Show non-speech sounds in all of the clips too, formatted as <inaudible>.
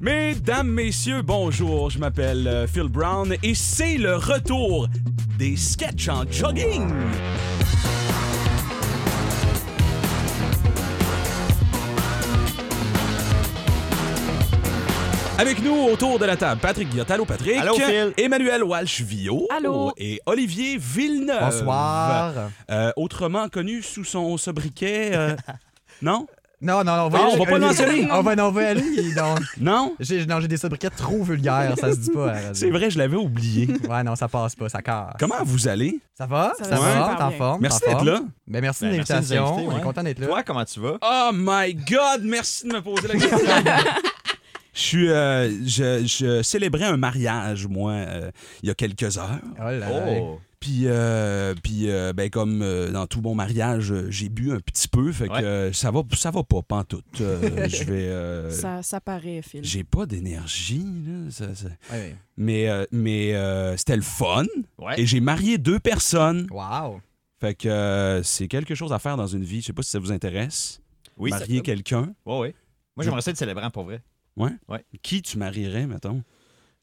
Mesdames, messieurs, bonjour. Je m'appelle euh, Phil Brown et c'est le retour des sketchs en jogging. Avec nous autour de la table, Patrick Guillotte. Allô, Patrick. Allô, Phil. Emmanuel Walsh-Vio. Allô. Et Olivier Villeneuve. Bonsoir. Euh, autrement connu sous son sobriquet. <laughs> euh, non? Non, non, non, Ah, on va, Non, on va pas le mentionner. On va, non, on va aller. Non, Non? j'ai non, j'ai des sobriquets trop vulgaires, ça se dit pas. à la radio. C'est vrai, je l'avais <laughs> oublié. Ouais, non, ça passe pas, ça casse. Comment vous allez? Ça va? Ça Ça, va va? super T'en bien. forme? Merci T'en d'être forme? là. Ben, merci de Ben, merci de nous l'invitation. inviter, On est ouais. content d'être là. Toi, comment tu vas? Oh my God, merci de me poser la question. <laughs> Je, suis, euh, je, je célébrais un mariage, moi, euh, il y a quelques heures. Oh là là. Puis, euh, puis euh, ben, comme euh, dans tout bon mariage, euh, j'ai bu un petit peu, fait que Ouais. euh, ça, va, ça va pas, pantoute. <laughs> Euh, je vais... euh, Ça, ça paraît, Phil. j'ai pas d'énergie, là, ça- ça- Ouais, ouais. mais, euh, mais euh, c'était le fun. Ouais. Et j'ai marié deux personnes. Wow. Fait que euh, c'est quelque chose à faire dans une vie. Je sais pas si ça vous intéresse. Oui, ça marier peut. quelqu'un. Ouais, ouais. Moi, j'aimerais ça être célébrant pour vrai. Qui tu marierais, mettons?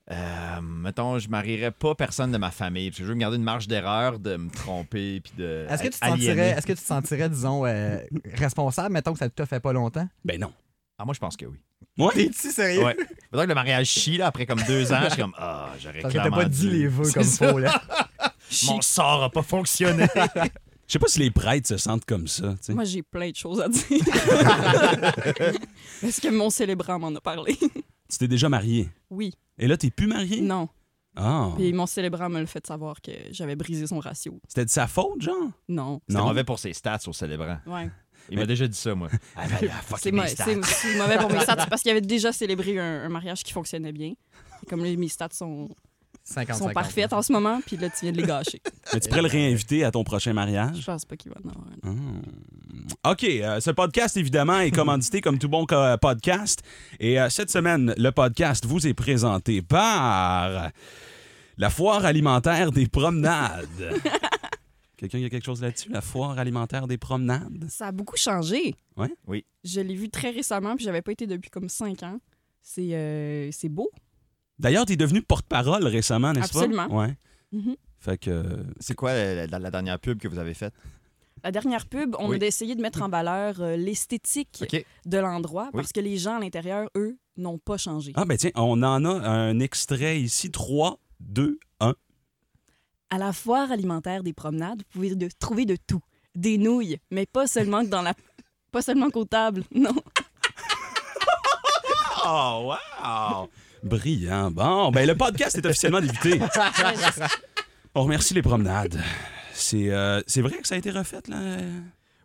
Euh, mettons, je marierais pas personne de ma famille. Parce que je veux me garder une marge d'erreur de me tromper puis de. Est-ce que, être tu te sentirais, aliéné. est-ce que tu te sentirais, disons, euh, responsable, mettons que ça te fait pas longtemps? Ben non. Ah, moi, je pense que oui. Moi? <laughs> T'es-tu sérieux? Ouais. Mettons que le mariage chie, là, après comme deux ans, je suis comme, ah, j'aurais Parce que clairement. t'as pas dit les vœux C'est comme ça. faut, <laughs> là. Mon sort a pas fonctionné. Je sais pas si les prêtres se sentent comme ça. tu sais. Moi, j'ai plein de choses à <laughs> dire. Est-ce que mon célébrant m'en a parlé? Tu t'es déjà marié. Oui. Et là, t'es plus marié? Non. Ah. Puis mon célébrant me le fait savoir que j'avais brisé son ratio. C'était de sa faute, genre? Non. C'était <laughs> Non. mauvais pour ses stats au célébrant. Ouais. Il m'a déjà dit <laughs> ça, moi. Ah, ben là, fuck C'est mes mo- stats. c'est- c'est mauvais pour mes <laughs> stats parce qu'il avait déjà célébré un, un mariage qui fonctionnait bien. Et Comme là, mes stats sont, 50 sont parfaites en ce moment, puis là, tu viens de les <laughs> gâcher. Mais tu pourrais le réinviter à ton prochain Je mariage? pense pas qu'il va en avoir un. Hmm. OK, euh, ce podcast, évidemment, <laughs> est commandité comme tout bon co- euh, podcast. Et euh, cette semaine, le podcast vous est présenté par la foire alimentaire des promenades. <laughs> Quelqu'un qui a quelque chose là-dessus? La foire alimentaire des promenades? Ça a beaucoup changé. Ouais? Oui. Je l'ai vu très récemment, puis j'avais pas été depuis comme cinq ans. C'est euh, c'est beau. D'ailleurs, t'es devenu porte-parole récemment, n'est-ce pas? Absolument. Ouais. Mhm. Fait que euh, C'est quoi euh, la, la- la dernière pub que vous avez faite? La dernière pub, on Oui. a essayé de mettre en valeur euh, l'esthétique OK. de l'endroit Oui. parce que les gens à l'intérieur, eux, n'ont pas changé. Ah ben tiens, on en a un extrait ici. 3, 2, 1. À la foire alimentaire des promenades, vous pouvez de- trouver de tout. Des nouilles, mais pas seulement que dans la... Pas seulement qu'aux tables, <laughs> non. Oh wow! <laughs> Brillant. Bon, ben le podcast est officiellement débuté. On remercie les promenades. C'est euh, c'est vrai que ça a été refait là.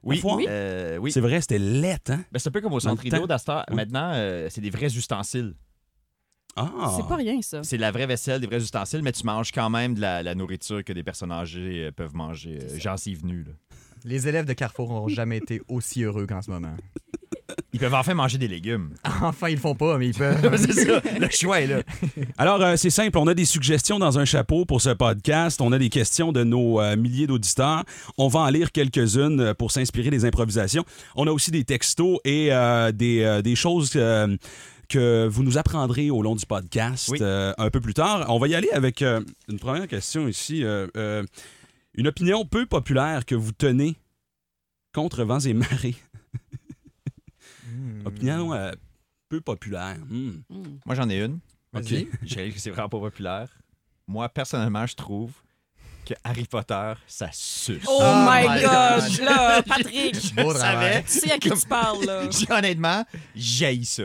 Oui. La foire? euh, oui. C'est vrai, c'était laid, hein? Ben, c'est un peu comme au Dans centre le temps. Rideau d'Astor. Oui. Maintenant, euh, c'est des vrais ustensiles. Ah. C'est pas rien, ça. C'est de la vraie vaisselle, des vrais ustensiles, mais tu manges quand même de la, la nourriture que des personnes âgées euh, peuvent manger. Euh, J'en suis venu. Là. Les élèves de Carrefour n'ont jamais été aussi heureux qu'en ce <laughs> moment. Ils peuvent enfin manger des légumes. Enfin, ils le font pas, Ah, mais ils <laughs> peuvent. c'est ça, <laughs> le choix est là. Alors, euh, c'est simple, on a des suggestions dans un chapeau pour ce podcast, on a des questions de nos euh, milliers d'auditeurs, on va en lire quelques-unes euh, pour s'inspirer des improvisations. On a aussi des textos et euh, des, euh, des choses euh, que vous nous apprendrez au long du podcast Oui. euh, un peu plus tard. On va y aller avec euh, une première question ici. euh, euh, une opinion peu populaire que vous tenez contre vents et marées. Hmm. Opinion euh, peu populaire. Hmm. Hmm. Moi, j'en ai une. Vas-y. OK. Je sais que c'est vraiment pas populaire. Moi, personnellement, je trouve que Harry Potter, ça suce. Oh, Oh my my gosh, <laughs> God. là, Patrick! tu Je Beau travail. savais. sais à qui tu parles, là. J'ai- Honnêtement, j'haïs ça.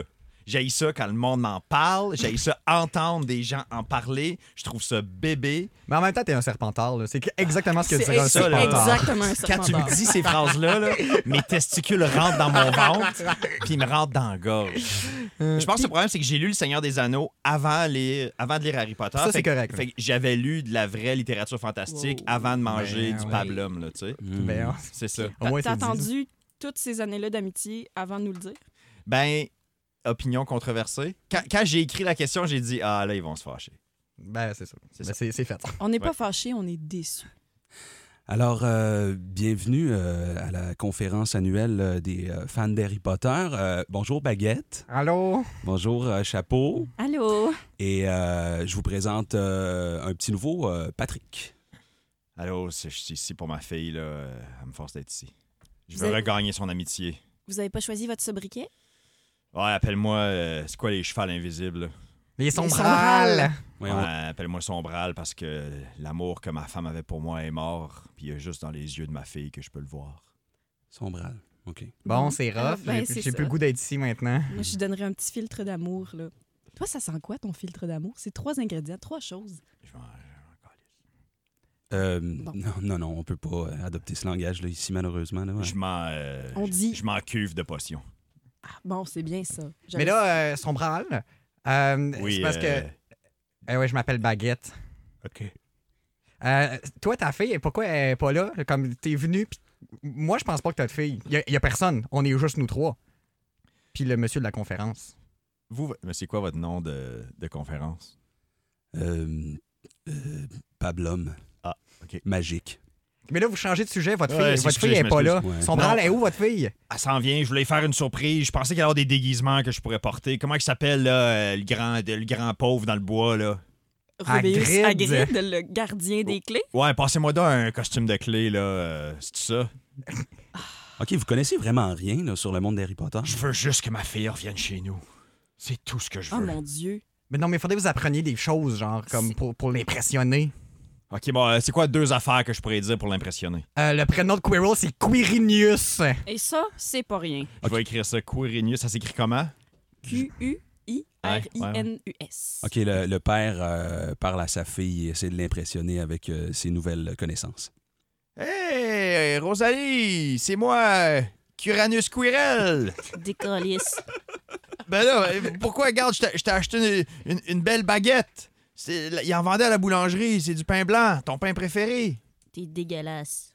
J'haïs ça quand le monde m'en parle. J'haïs ça entendre des gens en parler. Je trouve ça bébé. Mais en même temps, t'es un serpentard, là. C'est exactement ce que C'est dirait un ça, là. serpentard. exactement un Quand tu serpentard. me dis ces phrases-là, là, mes testicules rentrent dans mon ventre puis ils me rentrent dans la gorge. Euh, Je pense que le problème, c'est que j'ai lu Le Seigneur des Anneaux avant, lire- avant de lire Harry Potter. Ça, c'est Fait que- correct. Fait que j'avais lu de la vraie littérature fantastique Wow. avant de manger Ben, du ouais. pablum, là, tu sais. Hmm. Ben, on- C'est ça. au moins, T'as t'as c'est dit, là. attendu toutes ces années-là d'amitié avant de nous le dire? Ben, opinion controversée. Quand, quand j'ai écrit la question, j'ai dit « Ah, là, ils vont se fâcher. Ben, c'est ça. C'est Ben, ça. C'est c'est fait. On n'est pas Ouais. fâchés, on est déçus. Alors, euh, bienvenue euh, à la conférence annuelle euh, des euh, fans d'Harry Potter. Euh, bonjour Baguette, Allô? bonjour euh, Chapeau, Allô? et euh, je vous présente euh, un petit nouveau, euh, Patrick. Allô, c'est- je suis ici pour ma fille, là. euh, Elle me force d'être ici. Je Vous veux avez- regagner son amitié. Vous avez pas choisi votre sobriquet? Ouais, appelle-moi. euh, c'est quoi les chevals invisibles? là? Les sombrales. sombrales! Voyons. Ouais, appelle-moi sombral parce que l'amour que ma femme avait pour moi est mort. Puis il y a juste dans les yeux de ma fille que je peux le voir. Sombral, OK. Bon, c'est Ah, rough. ben, J'ai plus- c'est J'ai ça. plus le goût d'être ici maintenant. Moi, je donnerais un petit filtre d'amour, là. Toi, ça sent quoi ton filtre d'amour? C'est trois ingrédients, trois choses. Je m'en- Euh, Non, non, non, on peut pas euh, adopter ce langage-là ici, malheureusement. là, ouais. Je m'en. euh, On dit- Je m'en cuve de potion. Ah, bon, c'est bien ça. Mais là, euh, sombrales, euh, c'est parce que. Eh ouais, je m'appelle Baguette. OK. Euh, toi, ta fille, pourquoi elle est pas là? Comme t'es venu, pis moi, je pense pas que t'as de fille. Y a, y a personne. On est juste nous trois. Puis le monsieur de la conférence. Vous, vo- mais c'est quoi votre nom de, de conférence? Euh, euh, Pablum. Ah, OK. Magique. Mais là, vous changez de sujet. Votre Ouais, fille, c'est votre sujet, fille je est pas là. m'excuse. Ouais. Son bras, elle est où, votre fille? Elle s'en Ah, vient, je voulais faire une surprise. Je pensais qu'il y avait des déguisements que je pourrais porter. Comment il s'appelle, là, euh, le grand, de- le grand pauvre dans le bois, là? Rubeus Hagrid. Hagrid, le gardien Oh. des clés. Ouais, passez-moi donc un costume de clé, là. euh, c'est ça? OK, vous connaissez vraiment rien là, sur le monde d'Harry Potter? Je veux juste que ma fille revienne chez nous. C'est tout ce que je Oh veux. mon Dieu. Mais non, mais faudrait que vous appreniez des choses, genre, comme C'est- pour, pour l'impressionner. OK, bon, euh, c'est quoi deux affaires que je pourrais dire pour l'impressionner? Euh, le prénom de Quirrell, c'est Quirinius. Et ça, c'est pas rien. Je vais écrire ça Quirinius. Ça s'écrit comment? Q-U-I-R-I-N-U-S. OK, le, le père euh, parle à sa fille et essaie de l'impressionner avec euh, ses nouvelles connaissances. Hey, Rosalie, c'est moi, Curanus <laughs> Quirel. Des colis. Ben là, pourquoi, regarde, je t'ai- je t'ai acheté une, une- une belle baguette. C'est- Il en vendait à la boulangerie, c'est du pain blanc, ton pain préféré. Euh, T'es dégueulasse.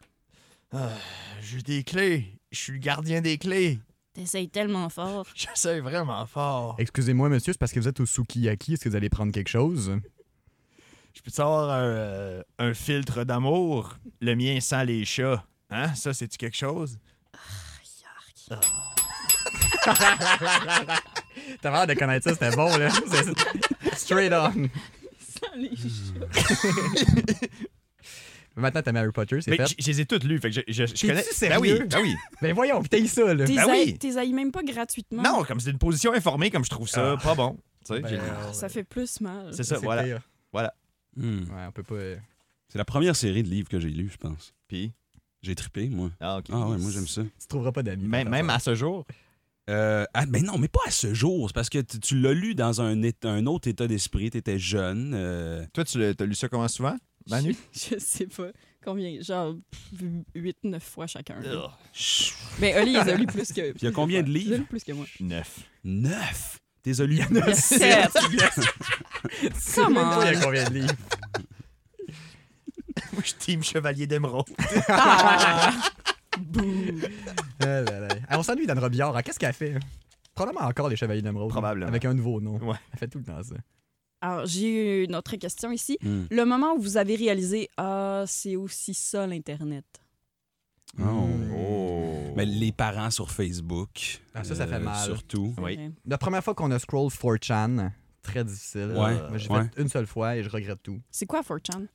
J'ai des clés, je suis le gardien des clés. <laughs> T'essayes tellement fort. J'essaie vraiment fort. Excusez-moi, monsieur, c'est parce que vous êtes au Sukiyaki. Est-ce que vous allez prendre quelque chose? Je peux te savoir un, euh, un filtre d'amour? Le mien sent les chats. Hein? Ça, c'est-tu quelque chose? T'as l'air de connaître ça, c'était bon, <laughs> là. C'est- Straight on. <laughs> Maintenant, t'as Harry Potter, c'est Mais fait. j- je les ai toutes lues, fait que je, je, je T'es-tu connais. Ben sérieux? oui, ben oui. Mais voyons, t'es ça, là. T'es Ben oui. aïe même pas gratuitement. Non, comme c'est une position informée, comme je trouve Ah, ça, pas bon. Tu sais, Ben, j'ai- euh, Ah, Ça fait plus mal. c'est ça, <laughs> voilà. pire. Hmm. Ouais, on peut pas. C'est la première série de livres que j'ai lu, je pense. Puis, J'ai trippé, moi. ah, ok. Ah ouais, moi j'aime ça. Tu trouveras pas d'amis. Même, par même rapport. à ce jour. Euh, ah, ben non, mais pas à ce jour. C'est parce que tu, tu l'as lu dans un, é- un autre état d'esprit. Tu étais jeune. euh, Toi, tu as lu ça comment souvent? Manu? <laughs> Je, je sais pas combien. Genre 8-9 fois chacun. là. Ah, Mais Oli, il les a lu plus que. Puis il y a combien de Il les a livres? lu plus que moi. Neuf. Neuf! T'es lu Il y a sept. <laughs> Comment? Il y a combien de livres? Moi, je team Chevalier d'Émeraude. Ah! <laughs> Bouh. Ah là là. Ah, on s'ennuie d'Anne Robillard. hein. Qu'est-ce qu'elle fait? Probablement encore les Chevaliers d'Emeraude. Probablement. Avec un nouveau nom. Ouais. Elle fait tout le temps ça. Alors, j'ai une autre question ici. <laughs> Hmm. Le moment où vous avez réalisé, ah, c'est aussi ça l'Internet. Oh. Oh. Mais les parents sur Facebook. euh, Ah, ça, ça fait mal. Surtout. C'est Oui. vrai. La première fois qu'on a scroll 4chan, très difficile. Euh, Ouais, Moi, j'ai ouais. fait une seule fois et je regrette tout. C'est quoi 4chan?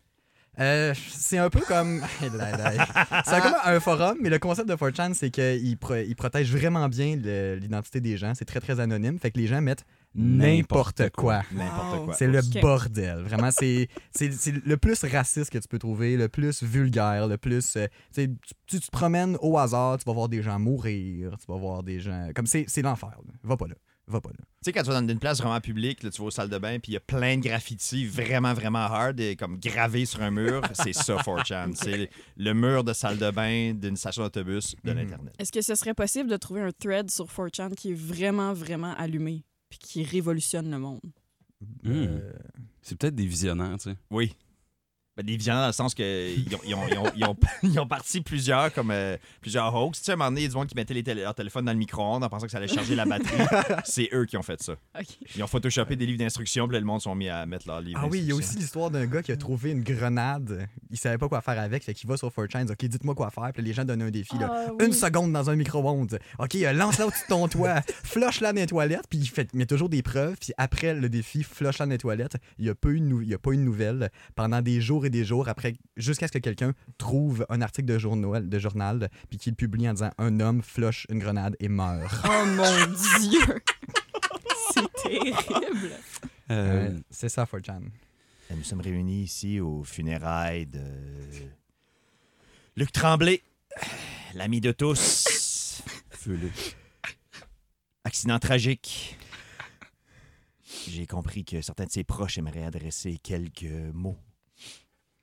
Euh, c'est un peu comme. <laughs> Là, là. c'est comme un forum, mais le concept de 4chan, c'est qu'il pro- il protège vraiment bien le- l'identité des gens. C'est très, très anonyme. Fait que les gens mettent n'importe quoi. N'importe Wow. quoi. C'est le Ok. bordel. Vraiment, c'est c'est- c'est le plus raciste que tu peux trouver, le plus vulgaire, le plus. euh, tu, sais, tu- tu te promènes au hasard, tu vas voir des gens mourir, tu vas voir des gens. Comme c'est c'est l'enfer. là. Va pas là. Va pas là. Tu sais, quand tu vas dans une place vraiment publique, là, tu vas aux salles de bain, puis il y a plein de graffitis vraiment, vraiment hard, et comme gravés sur un mur. c'est ça, <laughs> 4chan. C'est le mur de salle de bain d'une station d'autobus de l'Internet. Est-ce que ce serait possible de trouver un thread sur 4chan qui est vraiment, vraiment allumé puis qui révolutionne le monde? Hmm. Euh, C'est peut-être des visionnaires, tu sais. Oui. Ben, Ben, des violents dans le sens qu'ils ont, ils ont, ils ont, ils ont- <laughs> ils ont parti plusieurs, comme, euh, plusieurs hoax. Tu sais, à un moment donné, il y a du monde qui mettait les télé- leur téléphone dans le micro-ondes en pensant que ça allait charger la <laughs> batterie. C'est eux qui ont fait ça. OK. Ils ont photoshopé des livres d'instructions, puis là, le monde sont mis à mettre leurs livres Ah oui, il y a aussi d'instructions. l'histoire d'un gars qui a trouvé une grenade. Il savait pas quoi faire avec, fait qu'il va sur 4chan, il dit, OK, dites-moi quoi faire. Puis là, les gens donnent un défi. là. Ah oui. Une seconde dans un micro-ondes. OK, euh, lance-la au-dessus de ton toit. <laughs> Flush-la dans les toilettes. Puis il fait, il met toujours des preuves. Puis après le défi, flush-la dans les toilettes. Il n'y a, pas eu de nou- il y a pas eu de nouvelles pendant des jours et des jours, après jusqu'à ce que quelqu'un trouve un article de journal, de journal puis qu'il le publie en disant Un homme flush une grenade et meurt. Oh mon Dieu! C'est terrible. Euh, Ouais, C'est ça, 4chan. Et Euh, Nous sommes réunis ici aux funérailles de. Luc Tremblay, l'ami de tous. Accident tragique. J'ai compris que certains de ses proches aimeraient adresser quelques mots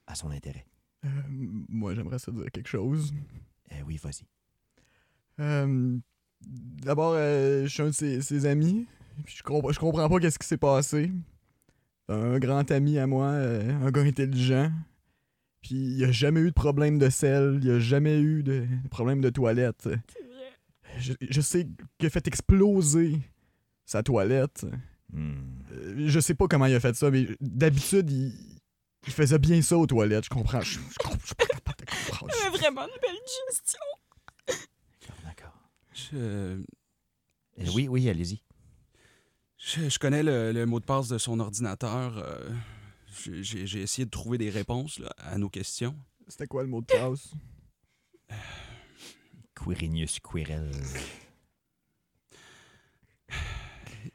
à son intérêt. Euh, moi, j'aimerais ça dire quelque chose. Eh oui, vas-y. Euh, D'abord, euh, je suis un de ses, ses amis. Puis je, compre- je comprends pas qu'est-ce qui s'est passé. Un grand ami à moi, euh, un gars intelligent. Puis il a jamais eu de problème de sel, il a jamais eu de problème de toilette. Je, je sais qu'il a fait exploser sa toilette. Hmm. Euh, je sais pas comment il a fait ça, mais d'habitude, il, il faisait bien ça aux toilettes. Je comprends. Je, je comprends- je suis pas capable de comprendre. Mais vraiment une belle gestion. D'accord, D'accord. je, Eh oui, oui, allez-y. je- je connais le, le mot de passe de son ordinateur. euh, j'ai- J'ai j'ai essayé de trouver des réponses là, à nos questions. C'était quoi le mot de passe? Quirinius Quirel.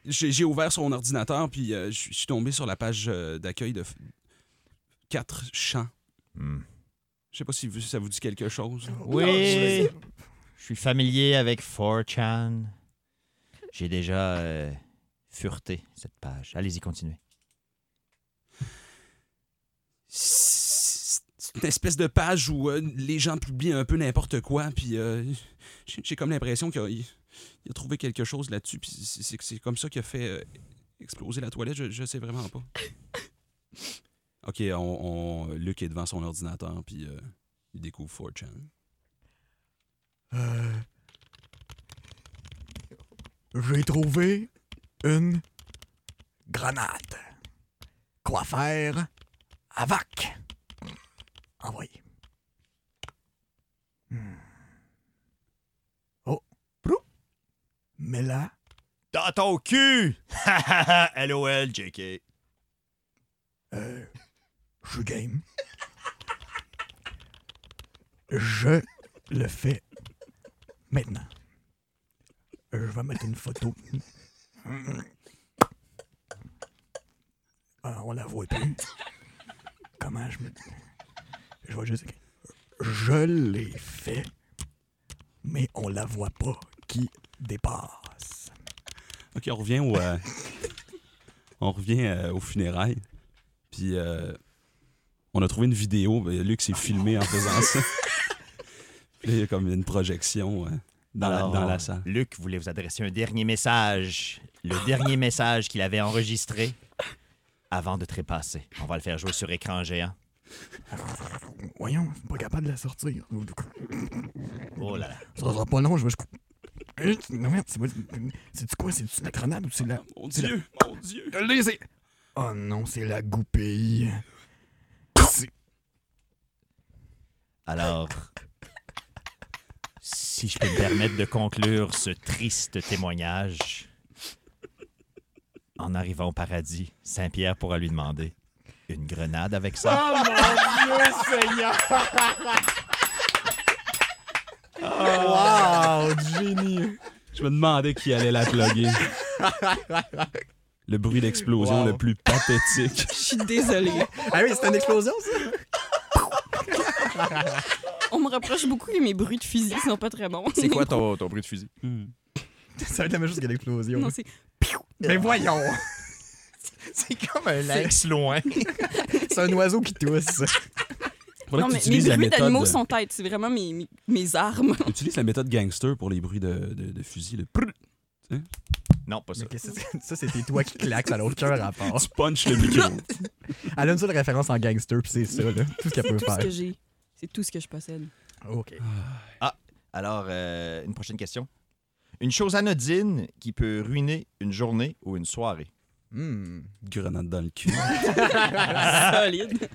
J'ai j'ai ouvert son ordinateur, puis euh, je suis tombé sur la page euh, d'accueil de f- quatre champs. Hmm. Je sais pas si vous- ça vous dit quelque chose. Oui, je suis familier avec 4chan. J'ai déjà euh, fureté cette page. Allez-y, continuez. C'est c'est une espèce de page où euh, les gens publient un peu n'importe quoi, puis euh, j'ai j'ai comme l'impression qu'il a, il- il a trouvé quelque chose là-dessus, puis c'est- c'est c'est comme ça qu'il a fait euh, exploser la toilette, je, je sais vraiment pas. OK, on, on- Luc est devant son ordinateur, puis euh, il découvre 4chan. Euh, J'ai trouvé une grenade. Quoi faire avec? Envoyez. Hmm. Oh, prou. Mais là, Dans ton cul! <laughs> LOL, JK. euh, je game. Je le fais maintenant. Je vais mettre une photo. Ah, on la voit plus. Comment je me. Je vais juste. Je l'ai fait, mais on la voit pas qui dépasse. OK, on revient au. euh, <laughs> on revient euh, aux funérailles. Puis euh, on a trouvé une vidéo. Ben, Luc s'est filmé en faisant <laughs> ça. Puis là, il y a comme une projection euh, dans, Alors, la, dans la salle. Luc voulait vous adresser un dernier message. Le dernier message qu'il avait enregistré avant de trépasser. On va le faire jouer sur écran géant. Voyons, je suis pas capable de la sortir. Oh là là. Ça sera pas long, je vais. je- Non, merde, c'est C'est-tu quoi? C'est-tu la grenade ou c'est la. Mon c'est la- Dieu, mon Dieu. Allez, c'est- Oh non, c'est la goupille. C'est- Alors, si je peux me permettre de conclure ce triste témoignage, en arrivant au paradis, Saint-Pierre pourra lui demander une grenade avec ça. Oh mon Dieu, Seigneur! Wow, génie! Je me demandais qui allait la plugger. Le bruit d'explosion Wow. le plus <laughs> pathétique. Je suis <laughs> désolée. Ah oui, c'est une explosion, ça? On me reproche beaucoup que mes bruits de fusil sont pas très bons. ton, bruit de fusil? Hmm. Ça va être la même chose que l'explosion. Non, c'est Mais voyons! Ah. C'est comme un lynx. loin. C'est un oiseau <laughs> qui tousse. Faudrait non, que mais tu mes utilises la bruits méthode- d'animaux sont têtes. C'est vraiment mes, mes, mes armes. Utilise la méthode gangster pour les bruits de, de, de fusil. le prrr. Non, pas ça. Mais qu'est-ce que c'est- ça, c'était toi qui claques, ça n'a aucun Ah. rapport. <laughs> Tu punches <laughs> le micro. Elle a une seule référence en gangster, puis c'est ça, là. Tout ce qu'elle peut C'est tout ce faire. que j'ai. C'est tout ce que je possède. OK. Alors, euh, une prochaine question. Une chose anodine qui peut ruiner une journée ou une soirée. Hmm. Grenade dans le cul. Ah, Solide.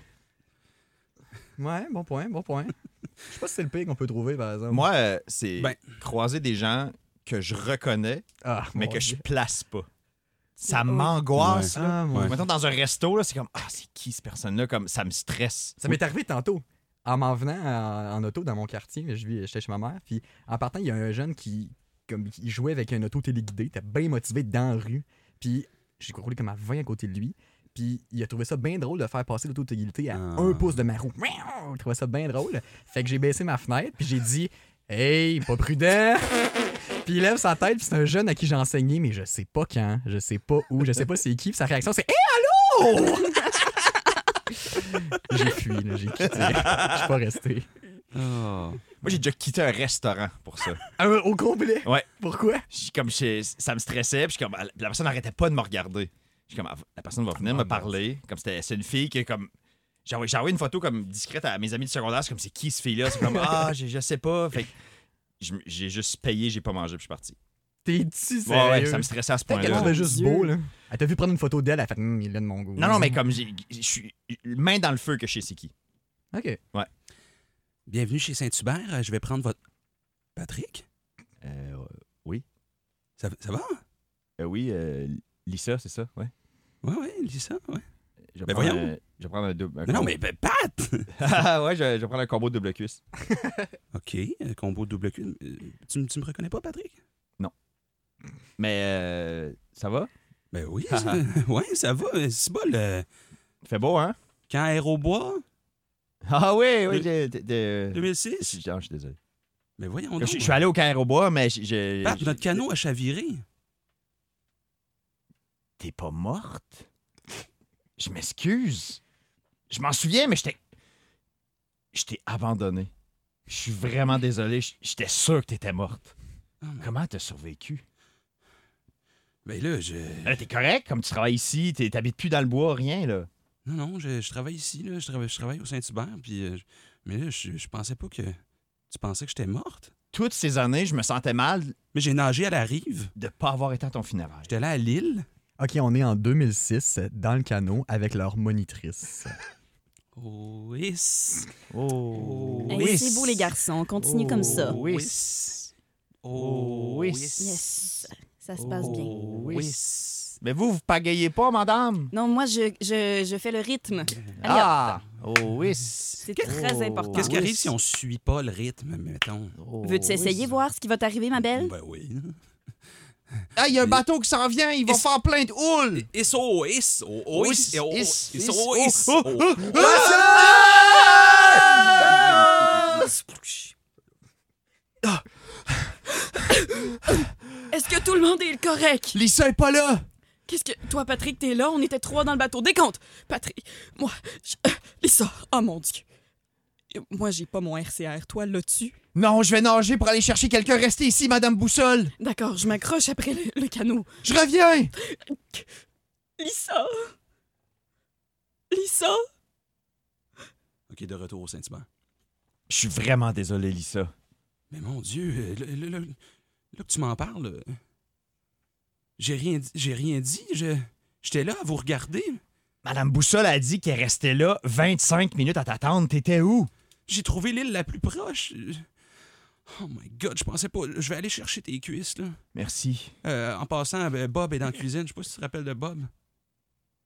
Ouais, bon point, bon point. Je sais pas si c'est le pire qu'on peut trouver, par exemple. Moi, euh, c'est Ben. croiser des gens que je reconnais, Ah, mais mon que je Dieu. Oh. place pas. Ça Ouais. m'angoisse. là. Ah, mon Ouais. Dieu. Mettons, dans un resto, là, c'est comme Ah, c'est qui cette personne-là? Comme ça me stresse. Ça m'est arrivé tantôt. En m'en venant euh, en, en auto dans mon quartier, je vis, j'étais chez ma mère, puis en partant, il y a un jeune qui comme, qui jouait avec un auto téléguidé, il était bien motivé dans la rue, puis j'ai roulé comme à 20 à côté de lui, puis il a trouvé ça bien drôle de faire passer l'auto téléguidé à Ah. un pouce de ma roue. Il trouvait ça bien drôle. Fait que j'ai baissé ma fenêtre, puis j'ai dit « Hey, pas prudent! » <laughs> Puis il lève sa tête, puis c'est un jeune à qui j'ai enseigné, mais je sais pas quand, je sais pas où, je sais pas c'est qui, puis sa réaction c'est Hé, allô! <laughs> J'ai fui, là, j'ai quitté. Je suis pas resté. Oh. Moi, j'ai déjà quitté un restaurant pour <laughs> ça. Ah, au complet? Ouais. Pourquoi? J'ai comme j'ai- ça me stressait, puis je suis comme, la personne n'arrêtait pas de me regarder. Je suis comme, la personne va venir Ah, me mon parler. Comme c'était, c'est une fille qui est comme. J'ai envoyé, j'ai envoyé une photo comme discrète à mes amis du secondaire. C'est comme, c'est qui ce fille-là? C'est comme, ah, je, je sais pas. Fait que je- j'ai juste payé, j'ai pas mangé, puis je suis parti. T'es-tu Ouais, ouais, sérieux? ça me stressait à ce Peut-être qu'elle point-là. trouvait juste Dieu. beau, là. Elle t'a vu prendre une photo d'elle, elle a fait Hum, il est de mon goût. Non, non, mais comme, j'ai- je suis main dans le feu que chez Siki. Ok. Bienvenue chez Saint-Hubert. euh, Je vais prendre votre. Patrick Euh, Ça, ça va euh, oui, euh, Lisa, c'est ça, ouais. Ouais, ouais, lis ça, ouais. Je vais Ben prendre voyons. un- je vais prendre un double. un Non, non, combo. mais ben, Pat <laughs> Ah, ouais, je, je vais prendre un combo double cuisse. Ok, euh, combo double cul. Euh, Tu, m- tu me reconnais pas, Patrick Mais euh, <laughs> ça va? Ben oui, <laughs> ça, ouais, ça va. euh, C'est bon, le... Fait beau, hein? Quand Aérobois, Euh, Ah oui, oui, oui, j'ai. de- de- 2006 Je non, je suis désolé. Mais Ben voyons Je donc. je suis allé au Caire au bois, mais j'ai- j'ai. Pat, j'ai- Ah, notre canot a chaviré. T'es pas morte? Je m'excuse. Je m'en souviens, mais j'étais. Je t'ai abandonné. Je suis vraiment désolé. je- J'étais sûr que t'étais morte. Oh, mon- Comment t'as survécu? Ben là, je... Là, t'es correct? Comme tu travailles ici, t'es- t'habites plus dans le bois, rien, là. Non, non, je, je travaille ici, là. Je travaille, je travaille au Saint-Hubert, puis... euh, je- Mais là, je, je pensais pas que... Tu pensais que j'étais morte? Toutes ces années, je me sentais mal Mais j'ai nagé à la rive. de pas avoir été à ton funérail. J'étais là à Lille. Ok, on est en 2006, dans le canot, avec leur monitrice. Oh, is. Oh. Hey, Hey, c'est beau, les garçons. On continue comme ça. Oh, is. Oh, Oui. is. Yes. Ça se passe bien. Oh, Oui. is. Mais vous, vous pagayez pas, madame? Non, moi, je, je, je fais le rythme. Allez, hop. Ah! Oh oui! C'est très important. Qu'est-ce qui Oui. arrive si on suit pas le rythme, mettons? Veux-tu essayer, voir ce qui va t'arriver, ma belle? Ben oui. Ah, il y a un bateau qui s'en vient, il va Et- faire plein de houle! Is, oh, is. Oh, oh, is. Oh, Is, is. is, Oh, oh, is. oh, Oh. Ah! Est-ce que tout le monde est correct? Lisa est pas là! Qu'est-ce que. Toi, Patrick, t'es là? On était trois dans le bateau. Décompte! Patrick, moi, je... euh, Lisa, oh mon Dieu. Euh, Moi, j'ai pas mon RCR. Toi, l'as-tu? Non, je vais nager pour aller chercher quelqu'un. Restez ici, Madame Boussole! D'accord, je m'accroche après le, le canot. Je reviens! Lisa! Lisa! OK, de retour au Saint-Hubert. Je suis vraiment désolé, Lisa. Mais mon Dieu, euh, là, là- là- là que tu m'en parles, euh, j'ai rien, di- j'ai rien dit. Je, j'étais là à vous regarder. Madame Boussole a dit qu'elle restait là 25 minutes à t'attendre. T'étais où? J'ai trouvé l'île la plus proche. Euh, Oh my God, je pensais pas. Je vais aller chercher tes cuisses, là. Merci. Euh, en passant, ben, Bob est dans la cuisine. Je sais pas si tu te rappelles de Bob.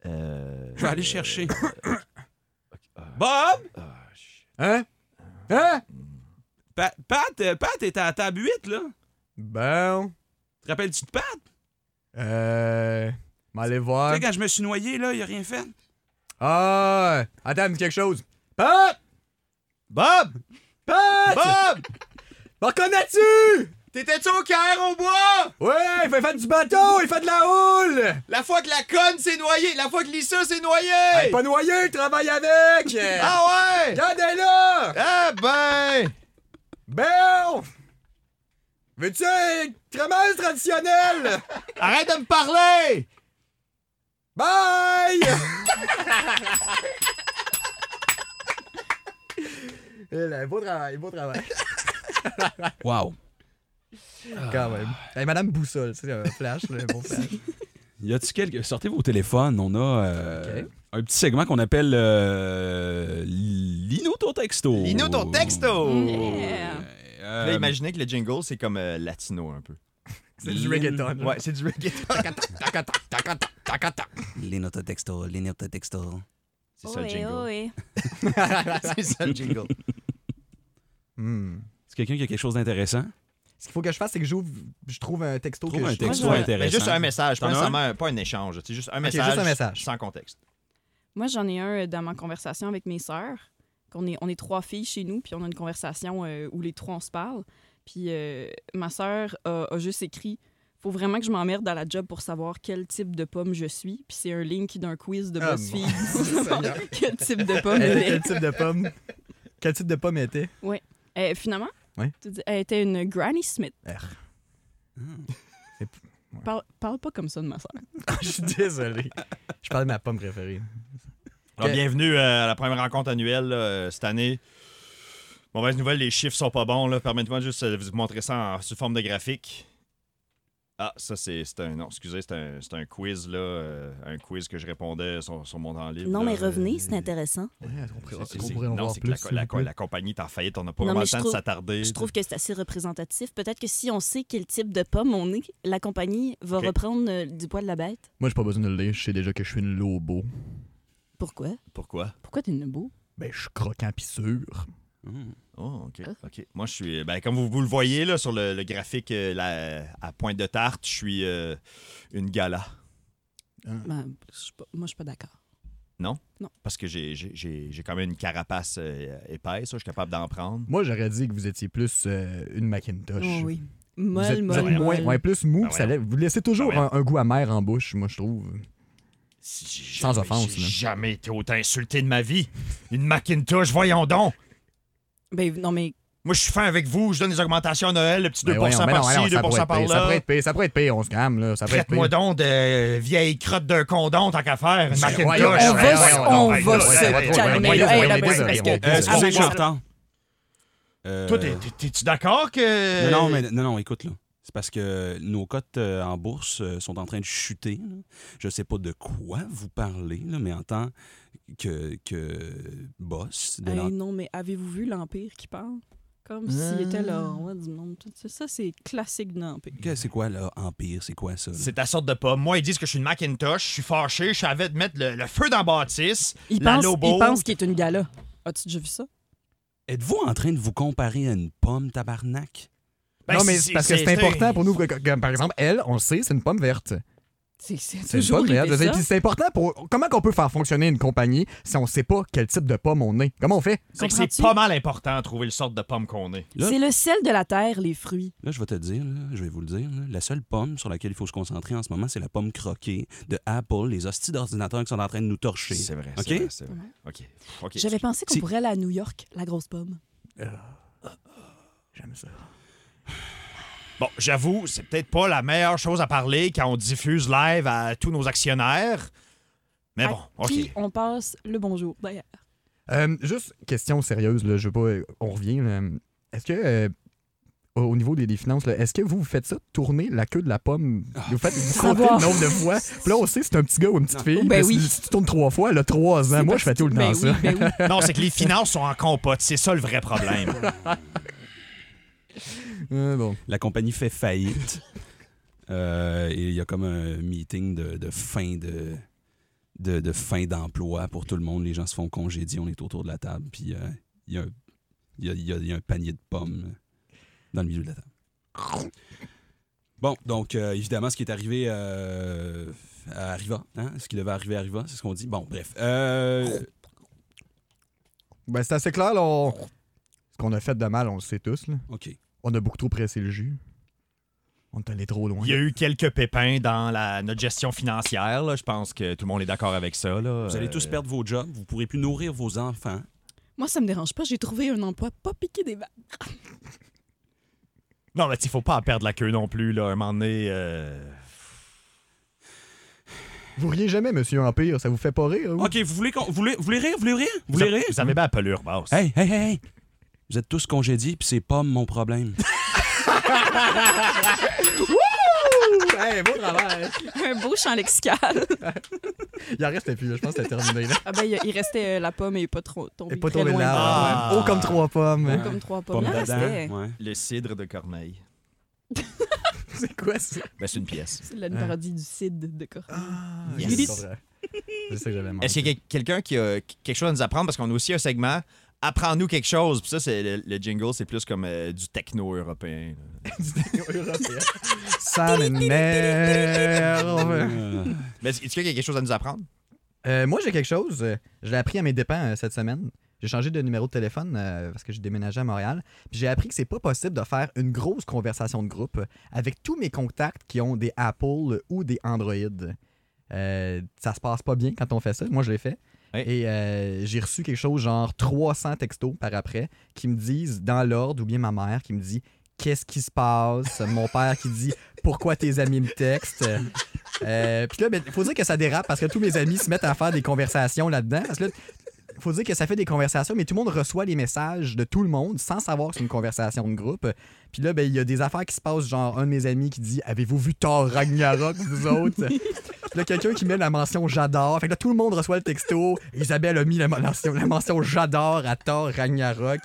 Euh. Je vais aller <coughs> chercher. Bob! Hein? Hein? Pa- Pat, euh, Pat était à la table 8, là. Bon. Te rappelles-tu de Pat? Tu Ben, Euh. M'aller voir. sais, quand je me suis noyé, là, il a rien fait. Ah! Attends, dis quelque chose. Pat! Bob! Pat! Bob! Me reconnais-tu? T'étais-tu au carré au bois? Ouais, il fait faire du bateau, il fait de la houle! La fois que la conne s'est noyée, la fois que Lisa s'est noyée! Elle est pas noyée, il travaille avec! Ah ouais! Regardez-la! Ah ben! Bon! Veux-tu un crémeuse traditionnel? Arrête de me parler! <laughs> Bye! Eh là, beau travail, beau travail. Wow. Quand même. Eh, Madame Boussole, c'est un flash, là, un bon flash. Y a-tu quelque. Sortez vos téléphones. On a euh, Ok. un petit segment qu'on appelle euh, Lino ton texto. Lino, ton texto! Yeah. Euh, Là, imaginez que le jingle, c'est comme euh, latino un peu. C'est du reggaeton. là. Ouais, c'est du <laughs> reggaeton. Tacata, tacata, tacata. Lino ton texto, Lino ton texto. C'est ça le Ohé, jingle. ohé. <laughs> c'est ça le jingle. Hmm. Est-ce quelqu'un qui a quelque chose d'intéressant? Ce qu'il faut que je fasse, c'est que j'ouvre, je trouve un texto Trouve que un je- texto Moi, je- intéressant. Mais juste un message, pas T'en as nécessairement un, pas un échange, c'est juste un Ok, message, juste un message. sans contexte. Moi, j'en ai un euh, dans ma conversation avec mes sœurs. qu'on est, on est trois filles chez nous, puis on a une conversation euh, où les trois, on se parle. Puis euh, ma sœur a, a juste écrit « Faut vraiment que je m'emmerde dans la job pour savoir quel type de pomme je suis. » Puis c'est un link d'un quiz de Ah, BuzzFeed <laughs> mon pour savoir Seigneur. quel type de <laughs> pomme elle Elle est. était Quel type de pomme? Quel type de pomme était? Euh, finalement, Ouais. tu dis- elle était une Granny Smith. R. Parle, parle pas comme ça de ma sœur. Je suis désolé. Je parle de ma pomme préférée. Alors, Que- bienvenue euh, à la première rencontre annuelle là, euh, cette année. Mauvaise nouvelle, les chiffres sont pas bons. là. Permettez-moi juste euh, de vous montrer ça en, sous forme de graphique. Ah, ça c'est c'est un. Non, excusez, c'est un, c'est un quiz là. euh, un quiz que je répondais sur, sur mon temps Eh libre. ben, là. euh, c'est intéressant. C'est- c'est- c'est- Non, c'est que la, la- la compagnie est en faillite, on n'a pas Non, vraiment mais le je temps trouve- de s'attarder. Je trouve que c'est assez représentatif. Peut-être que si on sait quel type de pomme on est, la compagnie va Ok. reprendre euh, du poids de la bête. Moi, j'ai pas besoin de le lire. Je sais déjà que je suis une lobo. Pourquoi? Pourquoi? Pourquoi t'es une beau? Ben, je suis croquant pis sûr. Mm. Oh, ok. Hein? ok. Moi, je suis. Ben, comme vous, vous le voyez là, sur le, le graphique euh, la- à pointe de tarte, je suis euh, une gala. Ben, je suis pas- moi, je suis pas d'accord. Parce que j'ai- j'ai j'ai- j'ai quand même une carapace euh, épaisse, ça, je suis capable d'en prendre. Moi, j'aurais dit que vous étiez plus euh, une Macintosh. Oh oui. Vous Molle, êtes, vous molle, êtes moins, molle. ouais, plus mou, Ah, ça lève- vous laissez toujours Ah, ouais. un, un goût amer en bouche, moi je trouve. J'ai Sans jamais- offense, J'ai là. jamais été autant insulté de ma vie. Une Macintosh, voyons donc. Ben, non, mais Moi, je suis fin avec vous, je donne des augmentations à Noël, le petit 2% Ben voyons, ben non, ben non, par-ci, 2% ça pourrait être par-là. pire, Ça pourrait être pire, ça pourrait être pire, on se calme là, ça pourrait être Traite-moi pire. donc de vieille crotte d'un condom, tant qu'à faire. Une Ben, Macintosh. voyons, Ben on va, ouais, s- ouais, on ouais, va ouais, se ouais, ouais, calmer. ouais, là. ouais, Hey, là, ouais, ben, ouais, c'est parce ouais, que- ouais, Euh, excusez, Ah, je suis en retard. Euh, Toi, t'es- t'es- t'es-tu d'accord que. Non, non, mais, non, non, écoute, là. C'est parce que nos cotes euh, en bourse euh, sont en train de chuter. là. Je sais pas de quoi vous parlez, là, mais en tant que, que boss de Hey, l'en- non, mais avez-vous vu l'Empire qui parle? Comme Euh. s'il était le roi du monde. Tout ça, ça, c'est classique de l'Empire. Que- C'est quoi, là, Empire? C'est quoi, ça? là? C'est ta sorte de pomme. Moi, ils disent que je suis une Macintosh, je suis fâché, je savais de mettre le, le feu dans la bâtisse. Il la pense, Lobo. il pense qu'il est une gala. As-tu déjà vu ça? Êtes-vous en train de vous comparer à une pomme, tabarnak? Ben, non mais c'est- c'est parce que c'est important pour nous, que- que- comme par exemple elle, on le sait, c'est une pomme verte. C'est c'est C'est une toujours pomme verte. été ça. Puis c'est important pour comment qu'on peut faire fonctionner une compagnie si on sait pas quel type de pomme on est. Comment on fait C'est que c'est Comprends-tu? pas mal important de trouver le sorte de pomme qu'on est. Là- C'est le sel de la terre, les fruits. Là, je vais te dire, là, je vais vous le dire, là, la seule pomme sur laquelle il faut se concentrer en ce moment, c'est la pomme croquée de Apple, les hosties d'ordinateurs qui sont en train de nous torcher. vrai, c'est OK? vrai, c'est vrai. OK. OK. J'avais pensé qu'on Si- pourrait aller à New York, la grosse pomme. J'aime ça. Bon, j'avoue, c'est peut-être pas la meilleure chose à parler quand on diffuse live à tous nos actionnaires. Mais bon, À OK. qui on passe le bonjour, Ben, d'ailleurs. Euh, juste question sérieuse, là, je veux pas. euh, On revient. là. Est-ce que euh, au- au niveau des, des finances, là, est-ce que vous faites ça tourner la queue de la pomme Vous faites vous comptez Ah. Savoir. le nombre de fois. Puis là, on sait c'est un petit gars ou une petite fille. Ben Puis oui. si, si tu tournes trois fois, elle a trois ans. C'est Moi, parce- je fais tout le temps Ben ça. oui, ben oui. Non, c'est que les finances sont en compote. C'est ça le vrai problème. <laughs> Euh, bon. La compagnie fait faillite. Euh, et il y a comme un meeting de, de fin de, de, de fin d'emploi pour tout le monde. Les gens se font congédier, on est autour de la table, puis euh, il y a un- il y, a, il y a- il y a un panier de pommes dans le milieu de la table. Bon, donc euh, évidemment, ce qui est arrivé euh, à Arriva, hein? ce qui devait arriver à Arriva, c'est ce qu'on dit. Bon, bref. Euh, Ben, c'est assez clair. Là, on- Ce qu'on a fait de mal, on le sait tous. là. OK. On a beaucoup trop pressé le jus. On est allé trop loin. Il y a eu quelques pépins dans la, notre gestion financière. là. Je pense que tout le monde est d'accord avec ça. là. Vous allez tous Euh, perdre vos jobs, vous pourrez plus nourrir vos enfants. Moi, ça me dérange pas. J'ai trouvé un emploi pas piqué des balles. Non, mais il faut pas en perdre la queue non plus, là. Un moment donné. euh, Vous riez jamais, monsieur Empire, ça vous fait pas rire? vous? OK, vous voulez, qu'on- vous voulez, vous voulez rire? Vous voulez rire? Vous voulez a- rire? Vous avez bien la pelure basse. Hey, hey, hey, hey. Vous êtes tous congédiés, puis c'est pas mon problème. Hey, beau travail! <laughs> Un beau champ lexical. Il en restait plus, là. je pense que c'était terminé. Là. ah ben, il, il restait euh, la pomme et pas trop tombé Et pas très tombé loin. Ah. là. Haut comme trois pommes. Haut Comme trois pommes. Pomme Il en d'Adam, restait. ouais. Le cidre de Corneille. C'est quoi ça? Ben, c'est une pièce. C'est la une parodie du Cid de Corneille. yes. C'est pas vrai. C'est ça que j'avais manqué. Est-ce qu'il y a quel- quelqu'un qui a quelque chose à nous apprendre? Parce qu'on a aussi un segment Apprends-nous quelque chose. Puis ça, c'est le, le jingle, c'est plus comme euh, du techno européen. là. Ça m'énerve! Euh, Mais est-ce est-ce qu'il y a quelque chose à nous apprendre? Euh, moi, j'ai quelque chose. euh, Je l'ai appris à mes dépens euh, cette semaine. J'ai changé de numéro de téléphone euh, parce que j'ai déménagé à Montréal. Puis j'ai appris que c'est pas possible de faire une grosse conversation de groupe euh, avec tous mes contacts qui ont des Apple ou des Android. Euh, ça se passe pas bien quand on fait ça. Moi, je l'ai fait. Ouais. Et euh, j'ai reçu quelque chose genre 300 textos par après qui me disent dans l'ordre ou bien ma mère qui me dit qu'est-ce qui se passe, mon père qui dit pourquoi tes amis me textent. Euh, Puis là, il faut dire que ça dérape parce que tous mes amis se mettent à faire des conversations là-dedans. Parce que là, faut dire que ça fait des conversations, mais tout le monde reçoit les messages de tout le monde sans savoir que c'est une conversation de groupe. Puis là, ben, il y a des affaires qui se passent, genre un de mes amis qui dit Avez-vous vu Thor <laughs> Ragnarok, vous autres Puis là, quelqu'un qui met la mention J'adore. Fait que là, tout le monde reçoit le texto. Isabelle a mis la mention, la mention J'adore à Thor Ragnarok.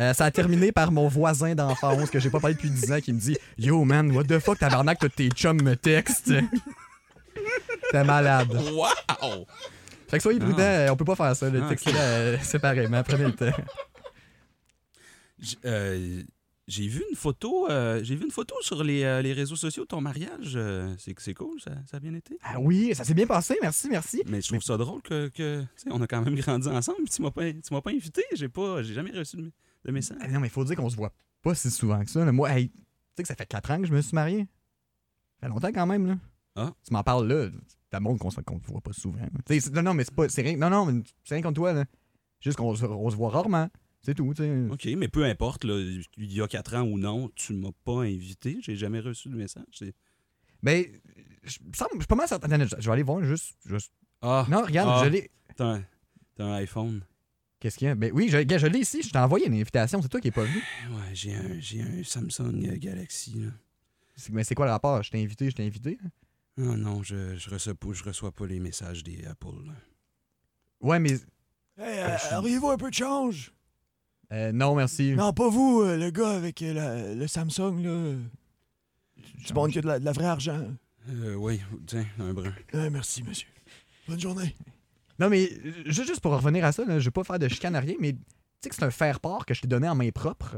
Euh, ça a terminé par mon voisin d'enfance que j'ai pas parlé depuis 10 ans qui me dit Yo man, what the fuck, tabarnak, tous tes chums me <laughs> textent. T'es malade. Wow! Fait que soyez prudents, euh, on peut pas faire ça, le Ah, texte là, euh, séparément, prenez le temps. J- euh, J'ai vu une photo, euh, j'ai vu une photo sur les, euh, les réseaux sociaux de ton mariage. euh, c'est c'est cool, ça, ça a bien été. <laughs> Ah oui, ça s'est bien passé, merci, merci. Mais je trouve ça drôle que, que, tu sais, on a quand même grandi ensemble. Tu m'as pas, tu m'as pas invité, j'ai pas, j'ai jamais reçu de, de message. Ah non, mais faut dire qu'on se voit pas si souvent que ça. là. Moi, hey, tu sais que ça fait 4 ans que je me suis marié. Ça fait longtemps quand même, là. Ah. Tu m'en parles là, ça montre qu'on se qu'on se voit pas souvent. Tu sais, c'est- non, non, mais c'est pas. C'est rien, non, non, mais c'est rien contre toi, là. Juste qu'on se- on se voit rarement. C'est tout, tu sais. OK, mais peu importe, là, il y a quatre ans ou non, tu m'as pas invité, j'ai jamais reçu de message. c'est- Ben, je me semble- je suis pas mal certain. Attends, je je vais aller voir juste. juste- Ah, Non, regarde, Ah. je l'ai. t'as un, t'as un iPhone. Qu'est-ce qu'il y a? Ben oui, je, gars, je l'ai ici, je t'ai envoyé une invitation, c'est toi qui es pas venu. Ouais, j'ai un, Mm. j'ai un Samsung euh, Galaxy. Là. C'est- Mais c'est quoi le rapport? Je t'ai invité, je t'ai invité. Non, Ah non, je, je, reçois pas, je reçois pas les messages des Apple. là. Ouais, mais. euh, je suis- auriez-vous un peu de change? euh, non, merci. <laughs> Non, pas vous, euh, le gars avec le Samsung, là. Tu montres que de la, vraie argent. Euh, oui, tiens, un brun. merci, monsieur. Bonne journée. Non, mais euh, ju- juste pour revenir à ça, là, je vais pas faire de chicane à rien, mais tu sais que c'est un faire-part que je t'ai donné en main propre.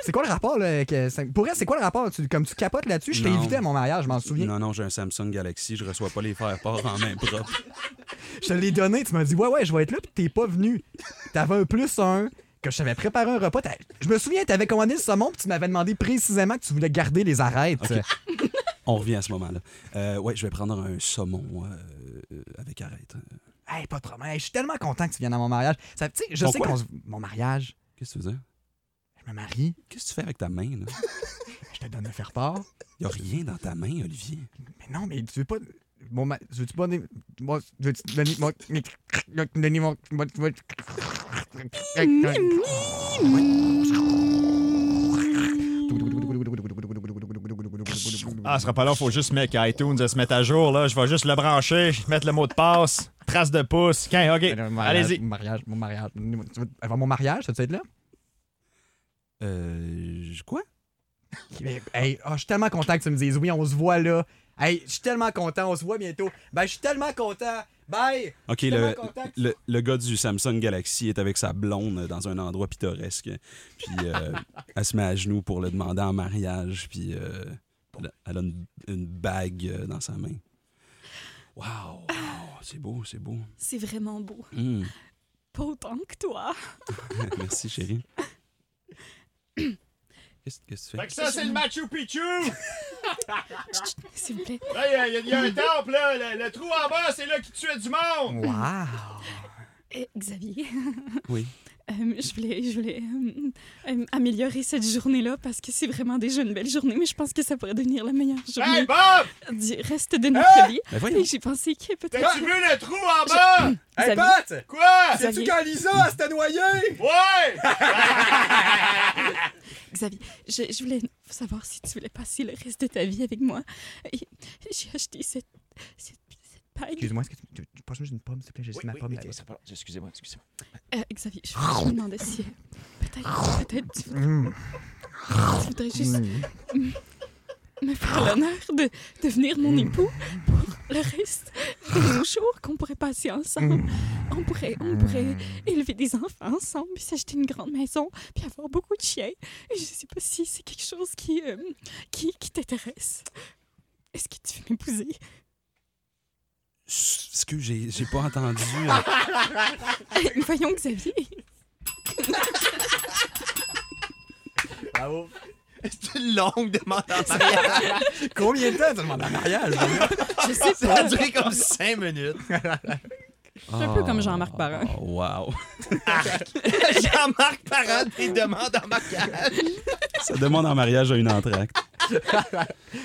c'est quoi le rapport, là? que ça- Pour elle, c'est quoi le rapport? Tu- comme tu capotes là-dessus, je t'ai Non. invité à mon mariage, je m'en souviens. Non, non, j'ai un Samsung Galaxy, je reçois pas les faire part en main <laughs> propre. Je te l'ai donné, tu m'as dit, ouais, ouais, je vais être là, puis t'es pas venu. T'avais un plus un, que je t'avais préparé un repas. t'as- Je me souviens, t'avais commandé le saumon, puis tu m'avais demandé précisément que tu voulais garder les arêtes. Ok. On revient à ce moment-là. Euh, ouais, je vais prendre un saumon euh, euh, avec arête. Hey, pas de problème. Hey, je suis tellement content que tu viennes à mon mariage. Ça, tu sais, je Ton sais quoi? qu'on se- Mon mariage, Qu'est-ce que tu veux dire? je me marie, Qu'est-ce que tu fais avec ta main, là? je te donne un faire-part. Y a rien dans ta main, Olivier. Mais non, mais tu veux pas. Mon ma... Veux-tu pas donner. Moi, veux-tu donner mon. Donner mon. mon- mon- Ah, ce sera pas long, faut juste mettre iTunes euh, se mettre à jour, là. Je vais juste le brancher, <laughs> mettre le mot de passe, trace de pouce. Quand, OK, Mon mariage, allez-y. Mon mariage, mon mariage. Tu veux- Avant mon mariage, ça tu être là? Euh. je- Quoi? Mais, Hey, ah, je suis tellement content que tu me dises oui, on se voit là. Hey, je suis tellement content, on se voit bientôt. Ben, je suis tellement content. Bye! Ok, Tellement le, content que- le, le gars du Samsung Galaxy est avec sa blonde dans un endroit pittoresque. Puis <laughs> euh, elle se met à genoux pour le demander en mariage. Puis euh, elle, a- elle a une, une bague euh, dans sa main. Wow! wow, c'est beau, c'est beau. C'est vraiment beau. Hum, Pas autant que toi. <laughs> merci, chérie. Qu'est-ce qu'est-ce que tu fais? ça, c'est le Machu Picchu! Chut, S'il vous plaît. Là, il y, a un temple, là. Le, trou en bas, c'est là qui tuait du monde. Wow! Euh, Xavier. <laughs> Oui. euh, je voulais, je voulais euh, euh, améliorer cette journée-là parce que c'est vraiment déjà une belle journée, mais je pense que ça pourrait devenir la meilleure journée Hey, Bob! du reste de notre vie. Ben voyons. Et j'ai pensé que peut-être. T'as-tu vu le trou en bas? Xavier- Hey, Pat! Quoi? C'est-tu quand Lisa s'était noyée? Ouais! Xavier, je, je voulais savoir si tu voulais passer le reste de ta vie avec moi. Et j'ai acheté cette, cette, cette bague. Excuse-moi, est-ce que tu- tu tu penses que j'ai une pomme, s'il te plaît? J'ai juste ma pomme là-bas. Excusez-moi, excusez-moi. Euh, Xavier, je, je me demandais si. euh, Peut-être, peut-être, tu, Mm. tu voudrais juste Mm. me faire l'honneur de devenir mon époux pour le reste de nos jours qu'on pourrait passer ensemble. On pourrait, on pourrait élever des enfants ensemble, puis s'acheter une grande maison, puis avoir beaucoup de chiens. Et je sais pas si c'est quelque chose qui, euh, qui, qui t'intéresse. Est-ce que tu veux <laughs> m'épouser? Excuse, j'ai j'ai pas <laughs> entendu. euh, Euh, Voyons, Xavier. Bravo. C'est une longue demande en mariage. Combien de temps tu demandes en mariage? Je sais Ça a pas. duré comme 5 <laughs> minutes. un peu oh, comme Jean-Marc Parent. Wow. Jean-Marc Parent des demandes en mariage. Ça demande en mariage à une entracte.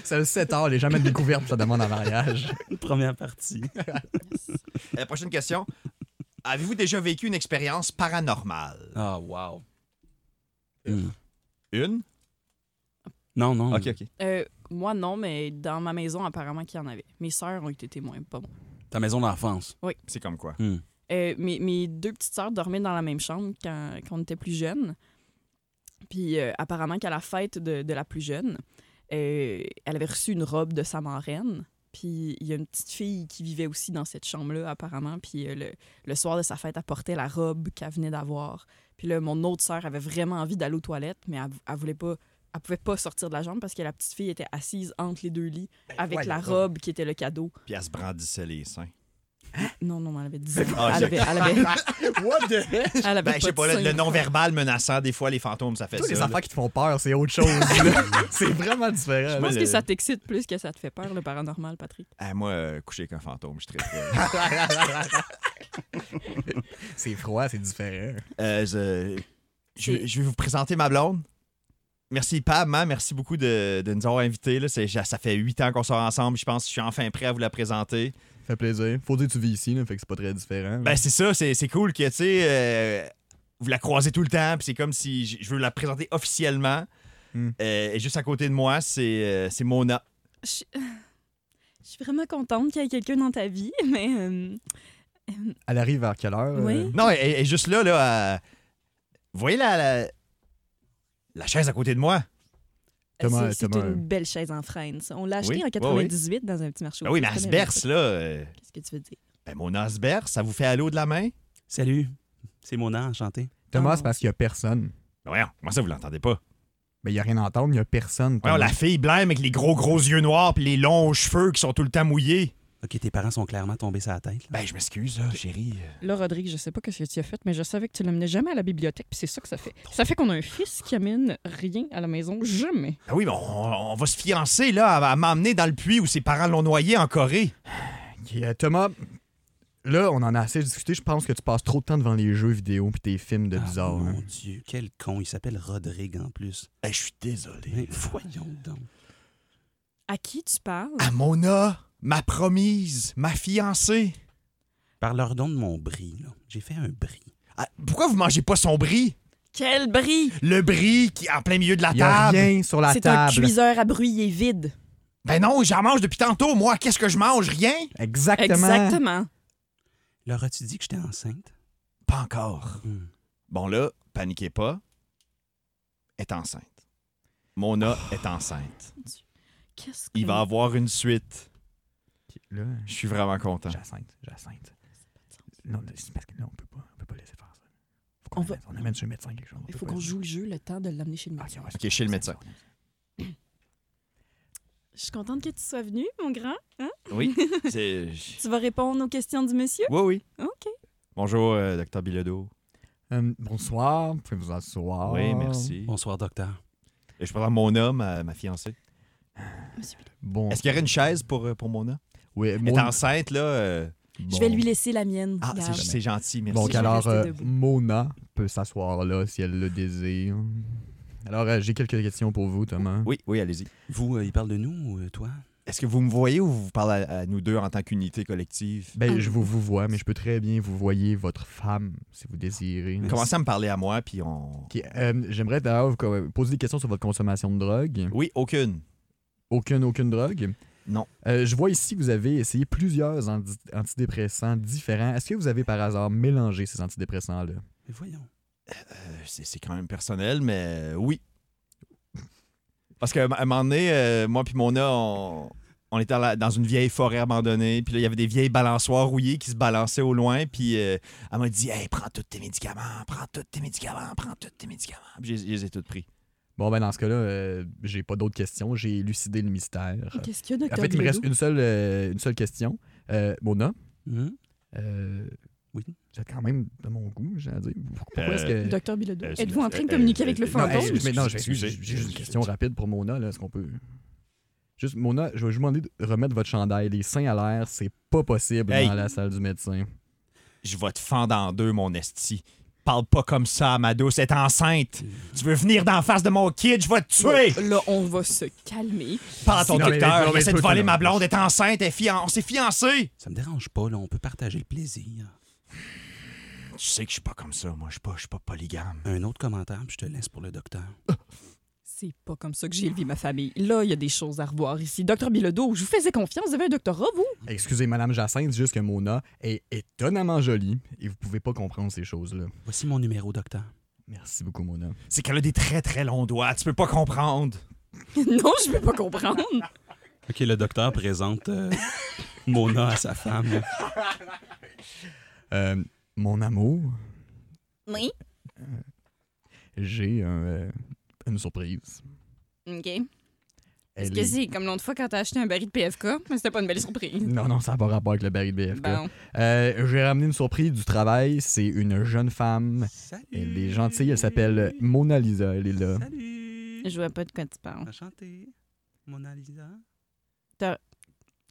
C'est un 7 heures, les gens mettent des couvertes ça demande en mariage. Une première partie. Euh, prochaine question. Avez-vous déjà vécu une expérience paranormale? Ah, wow. Hmm. Une? Non, non. ok. Euh, moi, non, mais dans ma maison, apparemment qu'il y en avait. Mes sœurs ont été témoins, pas moi. Ta maison d'enfance. C'est comme quoi? Hmm. Euh, mes, mes deux petites sœurs dormaient dans la même chambre quand, quand on était plus jeunes. Puis euh, apparemment qu'à la fête de, de la plus jeune, euh, elle avait reçu une robe de sa marraine. Puis il y a une petite fille qui vivait aussi dans cette chambre-là, apparemment. Puis euh, le, le soir de sa fête, elle portait la robe qu'elle venait d'avoir. Puis là, mon autre sœur avait vraiment envie d'aller aux toilettes, mais elle, elle voulait pas... Elle pouvait pas sortir de la chambre parce que la petite fille était assise entre les deux lits avec la voyons. robe qui était le cadeau. Puis elle se brandissait les seins. Non, non, elle avait 10 ans. Ah, Elle j'ai- avait, elle avait, <laughs> What the hell? elle avait Ben, je sais de pas, le, seins. non-verbal menaçant, des fois, les fantômes, ça fait Tous ça. les là. affaires qui te font peur, c'est autre chose. là. <laughs> c'est vraiment différent. Je là. pense le- que ça t'excite plus que ça te fait peur, le paranormal, Patrick. Ah, moi, euh, coucher avec un fantôme, je suis très <laughs> très. C'est froid, c'est différent. Euh, je, je- je vais vous présenter ma blonde. Merci, Pam. hein, merci beaucoup de, de nous avoir invités. là. C'est- Ça fait huit ans qu'on sort ensemble. Je pense que je suis enfin prêt à vous la présenter. Fait plaisir. Faut dire que tu vis ici, là, fait que c'est pas très différent. là. Ben, c'est ça, c'est c'est cool que, tu sais, euh, vous la croisez tout le temps, puis c'est comme si je, je veux la présenter officiellement. Hmm. Euh, et juste à côté de moi, c'est euh, c'est Mona. Je, <laughs> je suis vraiment contente qu'il y ait quelqu'un dans ta vie, mais euh, Elle arrive vers quelle heure? euh? Oui. Non, elle, elle est juste là, là. à- Vous voyez la, la, la chaise à côté de moi? Thomas- c'est- c'est Thomas- une belle chaise en freine. ça. On l'a achetée Oui, en oui, 98 dans un petit marché. Ben oui, mais aux elle se puces, berce, là. euh, mais- Qu'est-ce que tu veux dire? Ben, Mona se berce, ça vous fait à l'eau de la main? Salut. C'est mon nom, enchanté. Oh. Thomas, c'est parce qu'il y a personne. Ben voyons, comment ça, vous l'entendez pas? Ben, il y a rien à entendre, il y a personne. Voyons, Thomas. la fille blême avec les gros, gros yeux noirs puis les longs cheveux qui sont tout le temps mouillés. OK, tes parents sont clairement tombés sur la tête. là. Ben, je m'excuse, là, chérie. Là, Rodrigue, je sais pas ce que tu as fait, mais je savais que tu l'amenais jamais à la bibliothèque, puis c'est ça que ça fait. Ça fait qu'on a un fils qui amène rien à la maison, jamais. Ben oui, mais on, on va se fiancer, là, à, à m'emmener dans le puits où ses parents l'ont noyé en Corée. Ok, euh, Thomas, là, on en a assez discuté. Je pense que tu passes trop de temps devant les jeux vidéo puis tes films de Ah, bizarre. Mon hein. Dieu, quel con. Il s'appelle Rodrigue en plus. Ben, je suis désolé. Mais voyons donc. À qui tu parles? À Mona, ma promise, ma fiancée. Parle-leur donc de mon bris, là. J'ai fait un bris. Ah, pourquoi vous mangez pas son brie? Quel bris! Le brie qui est en plein milieu de la Il y a table. rien sur la C'est un table. cuiseur à bruit, il est vide. Ben non, j'en mange depuis tantôt, moi. Qu'est-ce que je mange? Rien? Exactement. Exactement. Leur as-tu dit que j'étais enceinte? Pas encore. Hmm. Bon là, paniquez pas. Est enceinte. Mona Oh. est enceinte. Qu'est-ce que... Il va avoir une suite. Ok, Là, Je suis vraiment content. Jacinthe, Jacinthe. Non, c'est parce que là, on peut pas, on peut pas laisser faire ça. Faut qu'on On amène, on amène chez le médecin quelque chose. on Il peut faut pas Ah, qu'on laisser- joue le jeu le temps de l'amener chez le médecin. Ok, ouais, Ok, chez le médecin. Je suis contente que tu sois venu, mon grand. Hein? Oui. <laughs> c'est- je- Tu vas répondre aux questions du monsieur? Oui, oui. OK. Bonjour, euh, docteur Bilodeau. Euh, bonsoir, vous pouvez vous Oh. asseoir. Oui, merci. Bonsoir, docteur. Et je présente mon homme, ma, ma fiancée. Monsieur Bon. Est-ce qu'il y aurait une chaise pour, euh, pour Mona? Oui, Elle est mon... enceinte, là. euh, Je vais lui laisser la mienne. Ah, c'est- Gab. c'est gentil, merci. Bon, Donc Si alors, je restais euh, debout. Mona peut s'asseoir là si elle le désire. Alors, euh, j'ai quelques questions pour vous, Thomas. Oui, oui, allez-y. Vous, il parle de nous, euh, toi? Est-ce que vous me voyez ou vous parlez à, à nous deux en tant qu'unité collective? Ah. Ben, je vous, vous vois, mais je peux très bien vous voyez votre femme, si vous désirez. Commencez à me parler à moi, puis on... Ok, euh, J'aimerais d'ailleurs vous co- poser des questions sur votre consommation de drogue. Oui, aucune. Aucune, aucune drogue? Non. Euh, je vois ici que vous avez essayé plusieurs anti- antidépressants différents. Est-ce que vous avez par hasard mélangé ces antidépressants-là? Mais voyons. Euh, c'est c'est quand même personnel, mais oui. Parce qu'à un moment donné, euh, moi puis Mona, on, on était à la- dans une vieille forêt abandonnée, puis là, il y avait des vieilles balançoires rouillées qui se balançaient au loin, puis euh, elle m'a dit « Hey, prends tous tes médicaments, prends tous tes médicaments, prends tous tes médicaments. » Puis je les- je les ai tous pris. Bon, ben dans ce cas-là, euh, j'ai pas d'autres questions. J'ai élucidé le mystère. Qu'est-ce qu'il y a, Ah. En docteur fait, il me Gredou? reste une seule, euh, une seule question. Euh, Mona, Hein? euh, Oui. vous êtes quand même de mon goût, j'ai à dire. Pourquoi Euh, est-ce que... Docteur Bilodeau. Euh, c'est- Êtes-vous en train de communiquer euh, avec le euh, Non, fantôme? hey, je- mais non, j'ai j'ai- excusez, j'ai juste une excusez. question rapide pour Mona. là. Est-ce qu'on peut... Juste, Mona, je vais juste demander de remettre votre chandail. Les seins à l'air, c'est pas possible Hey. dans la salle du médecin. Je vais te fendre en deux, mon esti. Parle pas comme ça à ma douce, elle est enceinte. Tu veux venir d'en face de mon kid, je vais te tuer. euh, Là, on va se calmer. Parle à ton Non, mais- non, docteur, mais essaie de écoute, voler non. ma blonde, elle est enceinte, elle est fian- on s'est fiancés. Ça me dérange pas, là, on peut partager le plaisir. Tu sais que je suis pas comme ça, moi, je suis pas, je suis pas polygame. Un autre commentaire, puis je te laisse pour le docteur. C'est pas comme ça que j'ai élevé ma famille. Là, il y a des choses à revoir ici. Docteur Bilodeau, je vous faisais confiance, vous avez un doctorat, vous? <laughs> Excusez, Madame Jacinthe, c'est juste que Mona est étonnamment jolie et vous pouvez pas comprendre ces choses-là. Voici mon numéro, docteur. Merci beaucoup, Mona. C'est qu'elle a des très très longs doigts, tu peux pas comprendre. non, je peux pas comprendre. OK, le docteur présente euh, <laughs> Mona à sa femme. Euh, mon amour, Oui. j'ai un, euh, une surprise. OK. Elle Est-ce que est- c'est comme l'autre fois quand t'as acheté un baril de PFK? Mais c'était pas une belle surprise. Non, non, ça n'a pas rapport avec le baril de BFK. Bon. <laughs> Euh, j'ai ramené une surprise du travail. C'est une jeune femme. Salut! Elle est gentille. Elle s'appelle Mona Lisa. Elle est là. Salut! Je vois pas de quoi tu parles. Enchanté, Mona Lisa.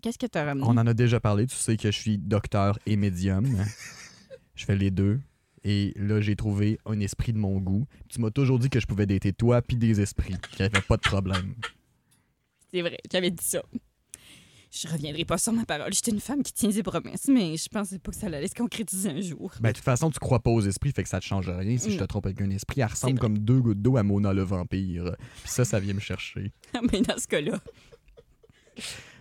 Qu'est-ce que t'as ramené? On en a déjà parlé. Tu sais que je suis docteur <laughs> et médium. je fais les deux. Et là, j'ai trouvé un esprit de mon goût. Tu m'as toujours dit que je pouvais dater toi puis des esprits. Qu'il n'y avait pas <laughs> de problème. C'est vrai, j'avais dit ça. Je reviendrai pas sur ma parole. J'étais une femme qui tient ses promesses, mais je pensais pas que ça allait se concrétiser un jour. Ben, de toute façon, tu crois pas aux esprits, fait que ça te change rien. Si je te Mm. trompe avec un esprit, elle ressemble vrai. comme deux gouttes d'eau à Mona le vampire. Puis ça, ça vient me chercher. mais dans ce cas-là,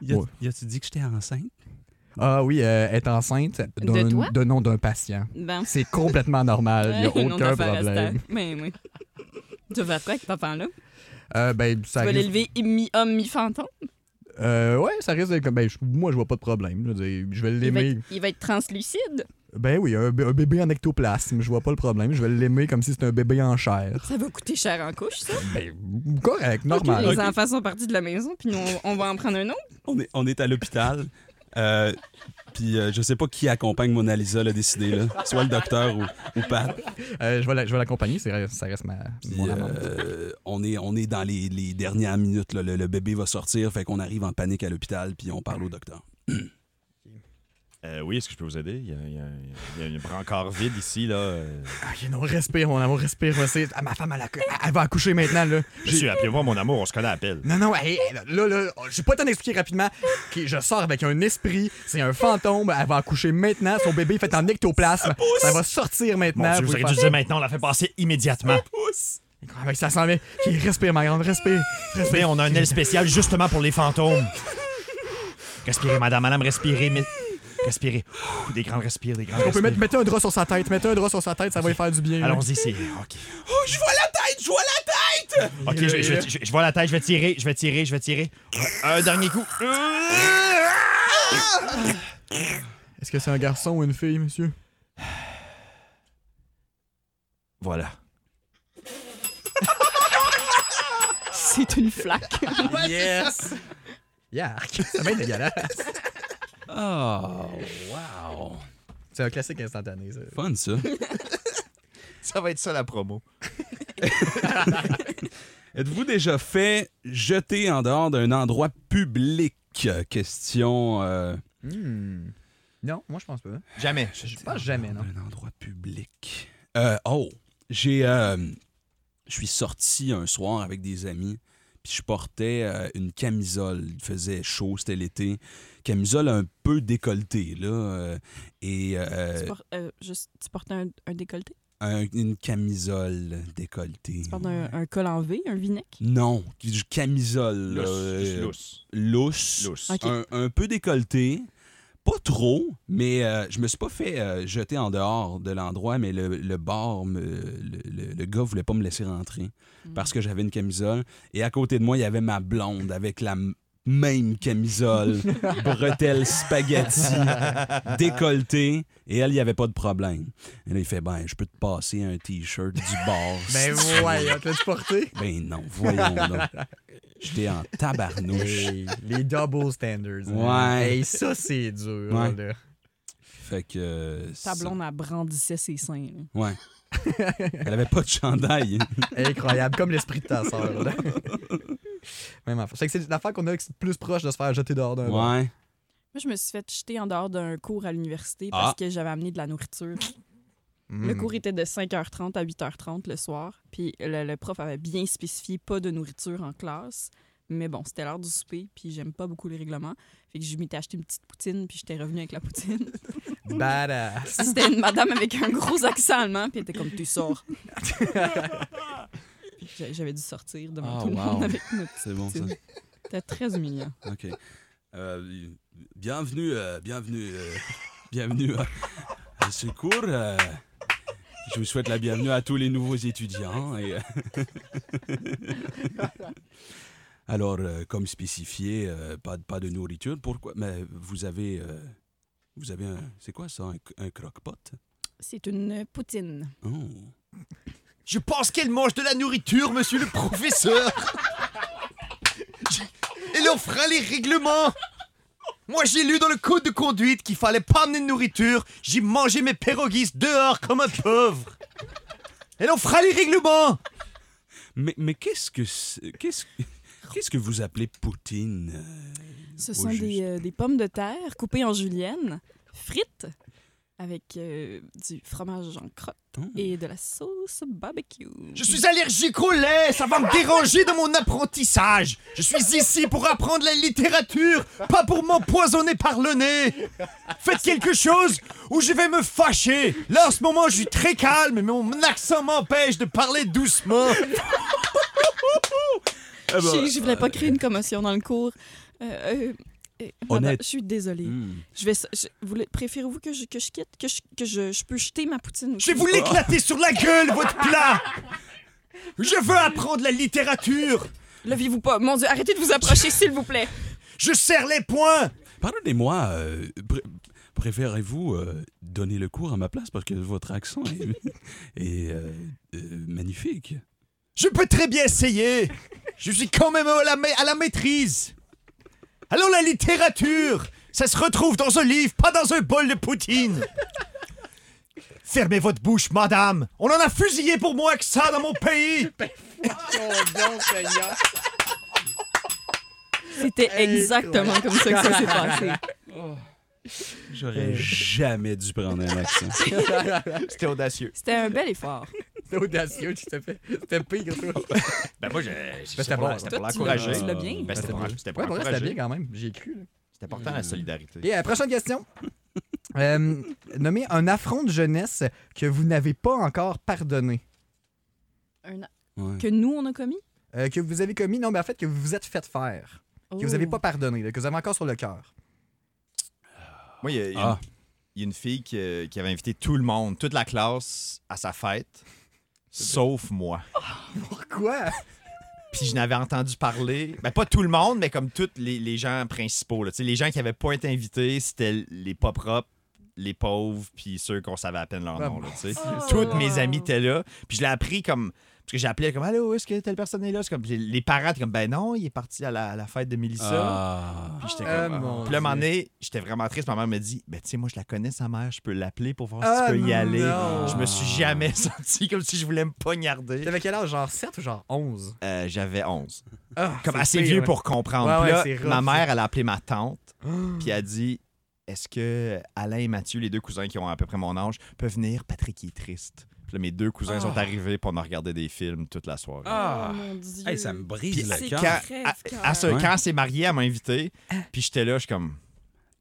Y a- Ouais. y a-tu dit que j'étais enceinte? Ah oui, euh, être enceinte d'un- De toi? de nom d'un patient. ben. C'est complètement normal, il n'y a <laughs> non, t'as aucun Euh, affaire à ce problème. temps. Mais <laughs> oui. Tu vas faire quoi avec cet enfant-là? Euh, ben, ça Tu vas risque- l'élever mi-homme, mi-fantôme? Euh, ouais, ça risque d'être comme. Ben, je- moi, je vois pas de problème. Je, veux dire, je vais Il va, l'aimer. être, il va être translucide. Ben oui, un, b- un bébé en ectoplasme, je vois pas le problème. Je vais l'aimer comme si c'était un bébé en chair. Ça va coûter cher en couche, ça. Ben, correct, normal. Les enfants sont partis de la maison, puis nous, on, on va en prendre un autre. On est, on est à <laughs> l'hôpital. euh, Puis euh, je sais pas qui accompagne Mona Lisa, là, décidé, là. Soit le docteur ou, ou Pat. Euh, je vais la- je vais l'accompagner, c'est- ça reste ma, Puis, mon amant. euh, on, est, on est dans les, les dernières minutes. là. Le, le bébé va sortir, fait qu'on arrive en panique à l'hôpital, puis on parle au docteur. Euh, oui, est-ce que je peux vous aider? Il y a, un brancard vide ici, là. Ok, non, Ah, respire, mon amour, respire. ouais, c'est- Ah, ma femme, elle, accou- elle- elle va accoucher maintenant, là. J'ai- Monsieur, appelez-moi mon amour, on se connaît à peine. Non, non, hey, hey, là, là, oh, j'ai pas le temps d'expliquer rapidement. Ok, je sors avec un esprit, c'est un fantôme, elle va accoucher maintenant, son bébé est fait en ectoplasme, ça va sortir Mon maintenant. Dieu, Ben, vous vous pouvez auriez dû faire- dire maintenant, on l'a fait passer <laughs> immédiatement. Ah, ben, ça s'en vient. Ok, respire, ma grande, respire. Mais respire. on a un aile spéciale justement pour les fantômes. Respirez, madame, madame, respirez. mais- Respirez. Ouh, des grandes respires, des grandes On peut respires. mettre, mettez un drap sur sa tête, mettez un drap sur sa tête, ça va lui faire du bien. hein. Allons-y, c'est... OK. Oh, je vois la tête! Je vois la tête! OK, je, je- je- je vois la tête, je vais tirer, je vais tirer, je vais tirer. Un dernier coup. Est-ce que c'est un garçon ou une fille, monsieur? Voilà. C'est une flaque. Yes! Yark! Ça va être dégueulasse. Oh, wow! C'est un classique instantané, ça. Fun, ça. <laughs> Ça va être ça la promo. Êtes-vous déjà fait jeter en dehors d'un endroit public? Question. euh, Hmm. Non, moi, je pense pas. Jamais. Je pense jamais, Ah non. Un endroit public. Euh, oh, j'ai. euh, je suis sorti un soir avec des amis, puis je portais euh, une camisole. Il faisait chaud, c'était l'été. Camisole un peu décolletée, là. euh, et euh, Tu, por- euh, juste- tu portes un, un décolleté? un- une camisole décolletée. Tu portes un, un col en V, un v-neck? Non, du camisole. Lousse, euh, juste lousse. lousse. Lousse. Ok. un, un peu décolleté. Pas trop, mais euh, je me suis pas fait euh, jeter en dehors de l'endroit, mais le, le bar, me- le, le- le gars voulait pas me laisser rentrer parce que j'avais une camisole. Et à côté de moi, il y avait ma blonde avec la m- même camisole, bretelle spaghetti, décolletée. Et elle, il n'y avait pas de problème. Et là, il fait, ben, je peux te passer un T-shirt du bar. si <laughs> Ben tu veux. ouais, on peut-tu porter? Ben non, voyons donc. J'étais en tabarnouche. Les, les double standards. hein. Ouais. Hey, ça, c'est dur. Ouais. là. Fait que. euh, ça- Ta blonde, elle brandissait ses seins. là. Ouais. Elle avait pas de <laughs> chandail. Incroyable, comme l'esprit de ta sœur. là. <laughs> Même affaire. Fait que C'est l'affaire qu'on a qui est plus proche de se faire jeter dehors d'un bar. Ouais. Moi, je me suis fait jeter en dehors d'un cours à l'université parce Ah. que j'avais amené de la nourriture. Mm. Mhm. Le cours était de 5h30 à 8h30 le soir. Puis le, le prof avait bien spécifié pas de nourriture en classe. Mais bon, c'était l'heure du souper, puis j'aime pas beaucoup les règlements. Fait que je m'étais acheté une petite poutine, puis j'étais revenue avec <laughs> la poutine. Badass. C'était une madame avec un gros accent allemand, puis elle était comme <laughs> tu sors. Puis j'a- J'avais dû sortir devant Ah, tout le wow. monde avec notre. C'est bon, ça. C'était très humiliant. OK. Euh, bienvenue, euh, bienvenue, euh, bienvenue à, à ce cours. euh, je vous souhaite la bienvenue à tous les nouveaux étudiants. et- euh, <laughs> Alors, euh, comme spécifié, euh, pas, de- pas de nourriture. Pourquoi Mais vous avez, euh, vous avez un, c'est quoi ça, un, un croque-pot C'est une poutine. Oh. Je pense qu'elle mange de la nourriture, monsieur le professeur. Elle en fera les règlements. Moi, j'ai lu dans le code de conduite qu'il fallait pas amener de nourriture. J'ai mangé mes pierogies dehors comme un pauvre. Elle en fera les règlements. Mais, mais qu'est-ce que c'est- qu'est-ce qu'est-ce que <laughs> vous appelez poutine euh, Ce au sont juste? des, euh, des pommes de terre coupées en julienne, frites, avec euh, du fromage en crotte Oh. et de la sauce barbecue. Je suis allergique au lait, ça va me déranger dans mon apprentissage. Je suis ici pour apprendre la littérature, pas pour m'empoisonner par le nez. Faites quelque chose ou je vais me fâcher. Là, en ce <laughs> moment, je suis très calme, mais mon accent m'empêche de parler doucement. Ah bah, Je, je voulais pas créer une commotion dans le cours. Euh, euh, euh, madame, Honnête. je suis désolée. hmm. Je vais, je, voulez- préférez-vous que je, que je quitte, que je, que je, je peux jeter ma poutine Je vais aussi? vous l'éclater sur la gueule, votre plat. Je veux apprendre la littérature. Levez-vous pas. Mon Dieu, arrêtez de vous approcher, s'il vous plaît. Je serre les poings. Pardonnez-moi, euh, pré- préférez-vous euh, donner le cours à ma place parce que votre accent est, <laughs> est, euh, euh, magnifique. Je peux très bien essayer. Je suis quand même à la, ma- à la maîtrise. Alors la littérature, ça se retrouve dans un livre, pas dans un bol de poutine. Fermez votre bouche, madame. On en a fusillé pour moi que ça dans mon pays. C'était exactement comme ça que ça s'est passé. J'aurais jamais dû prendre un accent. C'était audacieux. C'était un bel effort. C'était audacieux, tu t'es fait. C'était pire. toi. Ben moi, c'était pour- bon, c'était pour Toi, tu l'encourager. l'as- tu l'as bien. Ben, euh, c'était pour- Ouais, pour vrai, c'était bien quand même. J'ai cru. là. important la solidarité. Et euh, prochaine question. <laughs> Euh, nommez un affront de jeunesse que vous n'avez pas encore pardonné. <laughs> Ouais. Que nous, on a commis? Euh, que vous avez commis, non, mais en fait, que vous vous êtes fait faire. Que vous n'avez Oh. pas pardonné, là, que vous avez encore sur le cœur. Moi, il y a- il y, a Ah. une- il y a une fille qui, euh, qui avait invité tout le monde, toute la classe, à sa fête, sauf moi. Pourquoi? Puis je n'avais entendu parler, ben pas tout le monde, mais comme tous les, les gens principaux. là. Tu sais, Les gens qui n'avaient pas été invités, c'était les pas propres, les pauvres, puis ceux qu'on savait à peine leur Ah, nom. là, mon tu sais. Dieu. Toutes Oh. mes amies étaient là. Puis je l'ai appris comme... Parce que j'ai appelé comme « Allô, est-ce que telle personne est là? » C'est comme puis Les parents étaient comme « Ben non, il est parti à la, à la fête de Mélissa. Ah. Puis j'étais Ah, comme... mon Puis là, un moment Dieu. donné, j'étais vraiment triste. Ma mère me dit, ben tu sais, moi, je la connais, sa mère, je peux l'appeler pour voir si Ah, tu peux y aller. non. Je me suis jamais <laughs> senti comme si je voulais me poignarder. <laughs> T'avais quel âge? Genre 7 ou genre 11? Euh, J'avais 11. Ah, Comme c'est assez pire, <gasps> vieux là. pour comprendre. Ouais, Puis ouais, là, c'est rough, ma ça. mère, elle a appelé ma tante, puis elle a dit, est-ce que Alain et Mathieu, les deux cousins qui ont à peu près mon âge, peuvent venir Patrick est triste. Puis là, mes deux cousins Ah. sont arrivés pour on a regardé des films toute la soirée. Ah! Oh, mon Dieu. Hey, ça me Puis brise à- le quand- cœur. crève, à- cœur. à ce- Ouais. quand c'est marié, elle m'a invité. Puis j'étais là, je suis comme,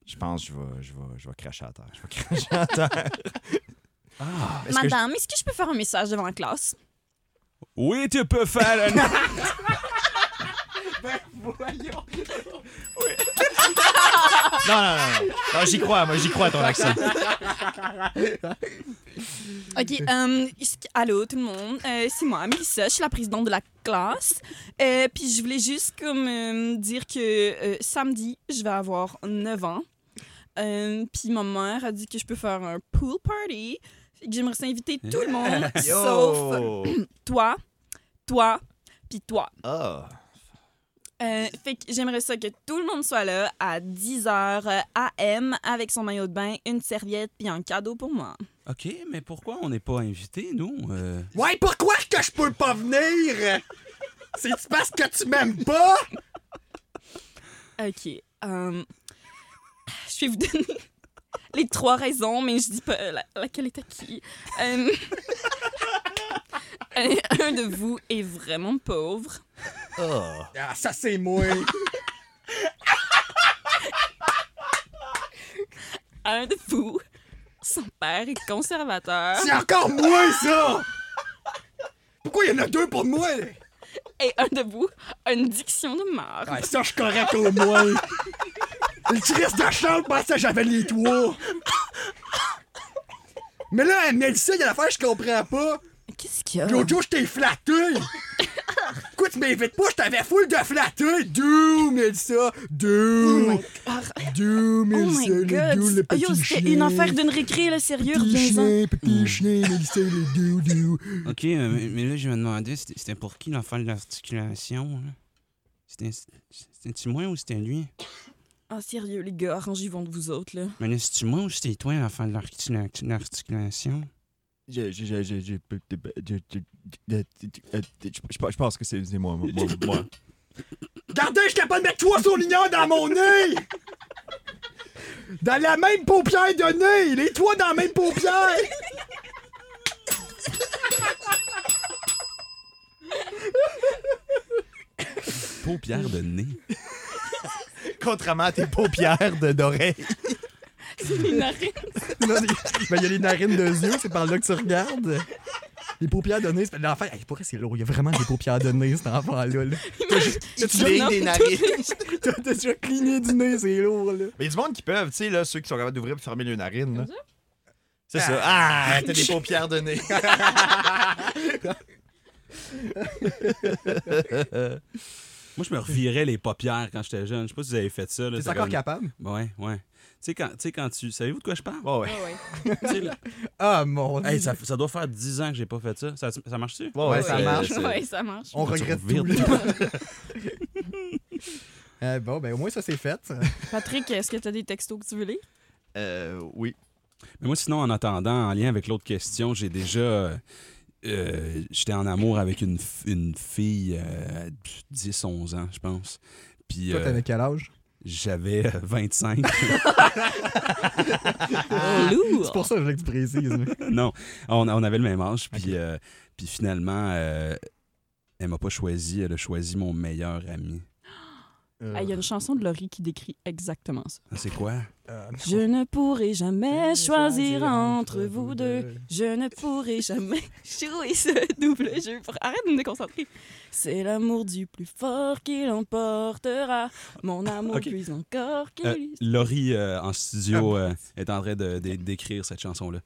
je pense, que je vais, je vais, je vais cracher à terre. Je vais cracher à terre. Ah. Est-ce que je- Madame, est-ce que je peux faire un message devant la classe? Oui, tu peux faire <laughs> un... Ben, Non, non, non, non. Non, j'y crois, moi, j'y crois à ton accent. OK. euh, est-ce que- allô, tout le monde. Euh, c'est moi, Mélissa. Je suis la présidente de la classe. Euh, Puis je voulais juste comme, euh, dire que euh, samedi, je vais avoir 9 ans. Euh, Puis ma mère a dit que je peux faire un pool party. Fait que J'aimerais s'inviter tout le monde, sauf Yo! toi, toi, puis toi. Ah. Euh, fait que j'aimerais ça que tout le monde soit là à 10h AM avec son maillot de bain, une serviette puis un cadeau pour moi. OK, mais pourquoi on n'est pas invité, nous? euh? Ouais, pourquoi que je peux pas venir? C'est-tu parce que tu m'aimes pas? OK. euh, je vais vous donner les trois raisons, mais je dis pas euh, la- laquelle est à qui. Euh, <laughs> un un de vous est vraiment pauvre. Ah, ça c'est moi. Un de vous, son père est conservateur. <laughs> C'est encore moi <laughs> ça! Pourquoi il y en a deux pour moi? là? Et un de vous a une diction de marre. Ah, ça je suis correct au moins. Le triste de chambre, moi ça j'avais les trois. Mais là, Mélissa, il y a l'affaire, je comprends pas. Qu'est-ce qu'il y a? L'autre jour, je t'ai flatté! Pourquoi tu m'invites pas? Je t'avais full de flatté! Doom, Elsa! Doom! Doom, Oh my Elsa! Le god! doux, le Oh, yo, petit chien! c'était une affaire d'une récré, là, sérieux, Petit reviens-en. chien, petit chien, Elsa, le doux, doux! OK, euh, mais, mais là, je me demandais, c'était c'était pour qui l'enfant de l'articulation? là? C'était- C'était-tu moi ou c'était lui? Ah, sérieux, les gars, arrangez-vous de vous autres, là. Mais Ben là, c'est-tu moi ou c'était toi, l'enfant de l'articula- l'articulation? Je, je, je, je, je, je, je- je- je- euh, je- je pense que c'est c'est moi, moi, moi, moi. Regardez, je suis capable de mettre trois surlignants dans mon nez! Dans la même paupière de nez! Les trois dans la même paupière! Paupière de nez. Contrairement à tes paupières de- d'oreille. Les narines. Là, il ben, il y a les narines de yeux, c'est par là que tu regardes. Les paupières de nez, c'est- l'enfant, hey, pourquoi c'est lourd? Il y a vraiment des paupières de nez, cet enfant-là. Là. Tu Je lignes nomme des toutes narines. les- T'as t'as déjà cligné du nez, c'est lourd, là. Mais il y a du monde qui peuvent, tu sais, là, ceux qui sont capables d'ouvrir et fermer les narines. là. C'est ça. Ah, t'as des paupières de nez. Moi, je me revirais les paupières quand j'étais jeune. Je sais pas si vous avez fait ça. là, T'es c'était encore comme- capable? Ouais, ouais. Tu sais, quand, tu sais, quand tu. Savez-vous de quoi je parle? Ouais, ouais. Ah ouais. Tu sais, là- Ah, mon dieu. <laughs> Hey, ça, ça doit faire 10 ans que j'ai pas fait ça. Ça, ça marche-tu? Ouais, <laughs> Ouais, ouais, ça c'est- marche. c'est- <laughs> Ouais, ça marche. On regrette Tu tout, revides. là. <laughs> Euh, bon, ben au moins, ça, c'est fait. Patrick, est-ce que t'as des textos que tu veux lire? Euh, oui. Mais moi, sinon, en attendant, en lien avec l'autre question, j'ai déjà. euh, euh, J'étais en amour avec une, f- une fille euh, 10-11 ans, je pense. Puis Toi, euh, t'avais quel âge? j'avais euh, 25. Ah, Lourd. C'est pour ça que je voulais que tu précises. mais- <laughs> non, on, on avait le même âge. Puis, euh, puis finalement, euh, elle m'a pas choisi. Elle a choisi mon meilleur ami. Euh, Ah, Il y a une chanson de Laurie qui décrit exactement ça. Ah, C'est quoi? euh, Je ne pourrai jamais choisir entre vous deux. Je ne pourrai jamais <laughs> jouer ce double jeu. Pour- Arrête de me déconcentrer. C'est l'amour du plus fort qui l'emportera. Mon amour Ok. plus encore que Euh, lui. Laurie euh, en Ah, studio euh, est en train de de- d'écrire cette chanson-là.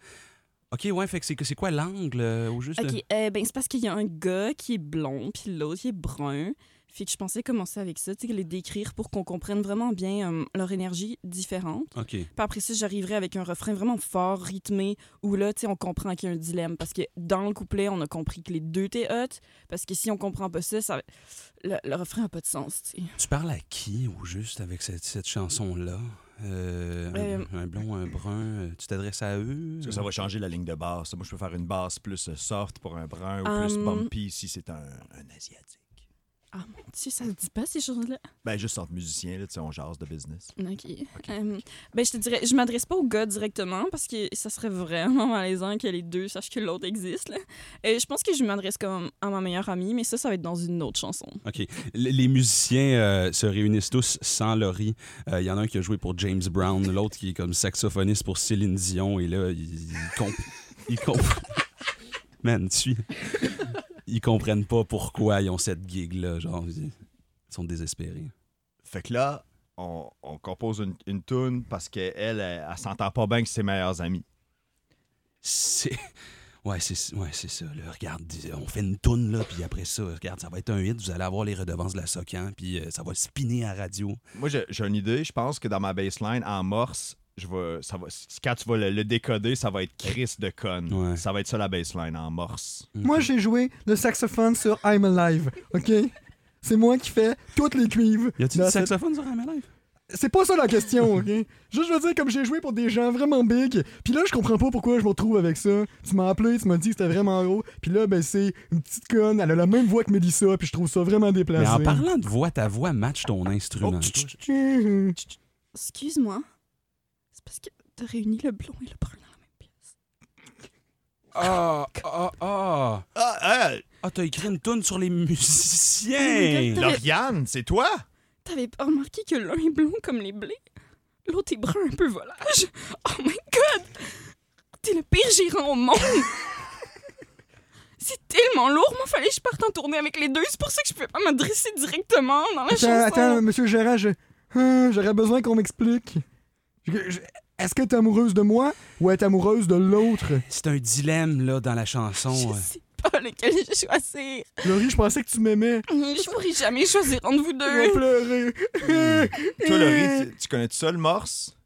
Ok, ouais, fait que c'est c'est quoi l'angle euh, au juste? Ok, euh, ben c'est parce qu'il y a un gars qui est blond, puis l'autre qui est brun. Fait que je pensais commencer avec ça, tu sais, les décrire pour qu'on comprenne vraiment bien euh, leur énergie différente. Ok. Puis après ça, j'arriverai avec un refrain vraiment fort, rythmé, où là, tu sais, on comprend qu'il y a un dilemme. Parce que dans le couplet, on a compris que les deux étaient hot. Parce que si on comprend pas ça, ça... Le, le refrain a pas de sens, tu sais. Tu parles à qui au juste avec cette, cette chanson-là? Euh, un- Euh, Un, blond, un brun, euh, tu t'adresses à eux? Parce que ça va changer la ligne de basse. euh, Moi, je peux faire une basse plus soft pour un brun ou plus Hum. bumpy si c'est un, un asiatique. Ah mon dieu, ça se dit pas ces choses-là. Ben, juste entre musiciens, là, tu sais, on jase de business. OK. Euh, ben, je te dirais, je m'adresse pas au gars directement parce que ça serait vraiment malaisant que les deux sachent que l'autre existe. là. Euh, je pense que je m'adresse comme à ma meilleure amie, mais ça, ça va être dans une autre chanson. OK. L- Les musiciens euh, se réunissent tous sans Laurie. Euh, Il y en a un qui a joué pour James Brown, <laughs> l'autre qui est comme saxophoniste pour Céline Dion, et là, ils, ils comp- <laughs> ils comp- Man, tu suis. Ils comprennent pas pourquoi ils ont cette gig-là. Genre, ils ils sont désespérés. Fait que là, on, on compose une, une toune parce qu'elle, elle, elle, elle s'entend pas bien que ses meilleurs amis. C'est. <laughs> Ouais, c'est ouais, c'est ça. Là. Regarde, dis- on fait une toune, là, puis après ça, regarde, ça va être un hit. Vous allez avoir les redevances de la Socan, puis euh, ça va spinner à radio. Moi, j'ai j'ai une idée. Je pense que dans ma baseline, en morse, je vais, ça va, quand tu vas le, le décoder, ça va être Chris de conne. Ouais. Ça va être ça la baseline en morse. Mhm. Moi, j'ai joué le saxophone sur I'm Alive, OK? C'est moi qui fais toutes les cuivres. Y a-tu dans du cette- saxophone sur Ramen Live? C'est pas ça la question, OK? Juste, je veux dire, comme j'ai joué pour des gens vraiment big, puis là, je comprends pas pourquoi je me retrouve avec ça. Tu m'as appelé, tu m'as dit que c'était vraiment gros, puis là, ben, c'est une petite conne, elle a la même voix que Mélissa, puis je trouve ça vraiment déplacé. Mais en parlant de voix, ta voix match ton Oh, instrument. Mhm. Excuse-moi. C'est parce que t'as réuni le blond et le brun dans la même pièce. Ah, ah, ah. Ah, ah, Ah, t'as écrit une toune sur les Oh my musiciens. God, Lauriane, c'est toi? T'avais pas remarqué que l'un est blond comme les blés, l'autre est brun un peu volage. Oh my god! T'es le pire gérant au monde! C'est tellement lourd, moi fallait que je parte en tournée avec les deux, c'est pour ça que je pouvais pas m'adresser directement dans la chanson. Attends, attends, monsieur Gérard, je- Hein, j'aurais besoin qu'on m'explique. Je- je- Est-ce que t'es amoureuse de moi ou est amoureuse de l'autre? C'est un dilemme, là, dans la chanson. Je sais pas lequel je vais choisir. Laurie, je pensais que tu m'aimais. Je pourrais jamais choisir entre vous Je vais deux. pleurer. Toi, Laurie, tu, tu connais tout ça le morse?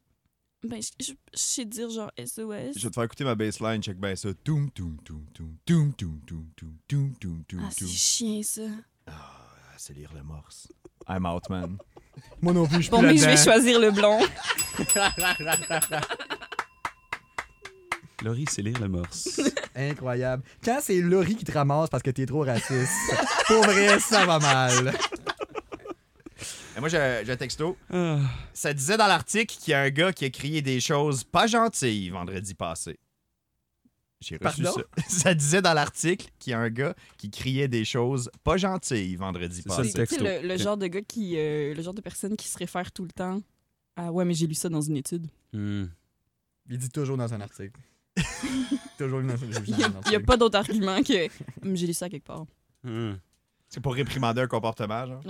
Ben, je, je- je sais dire genre SOS. Je vais te faire écouter ma baseline, check bien ça. Toum, toum, toum, toum, toum, toum, toum, toum, toum, toum, toum, Ah, c'est toum. chien ça. Ah, c'est lire le morse. I'm out, man. Moi non plus, je suis Bon, plus mais je vais là-dedans. choisir le blond. Laurie, c'est lire le morse. Incroyable. Quand c'est Laurie qui te ramasse parce que t'es trop <laughs> raciste, pour vrai, ça va mal. <laughs> Et moi, j'ai j'ai un texto. <laughs> Ah. Ça disait dans l'article qu'il y a un gars qui a crié des choses pas gentilles vendredi passé. J'ai reçu Pardon? ça. <laughs> Ça disait dans l'article qu'il y a un gars qui criait des choses pas gentilles vendredi Ah, C'est ça, passé. le texto. Tu sais, le, le Ok. genre de gars qui. euh, le genre de personne qui se réfère tout le temps à. Ouais, mais j'ai lu ça dans une étude. Hmm. Il dit toujours dans son article. toujours dans son Il n'y a, il y a pas d'autre argument que. Hum, j'ai lu ça quelque part. Hmm. C'est pour réprimander un comportement, genre.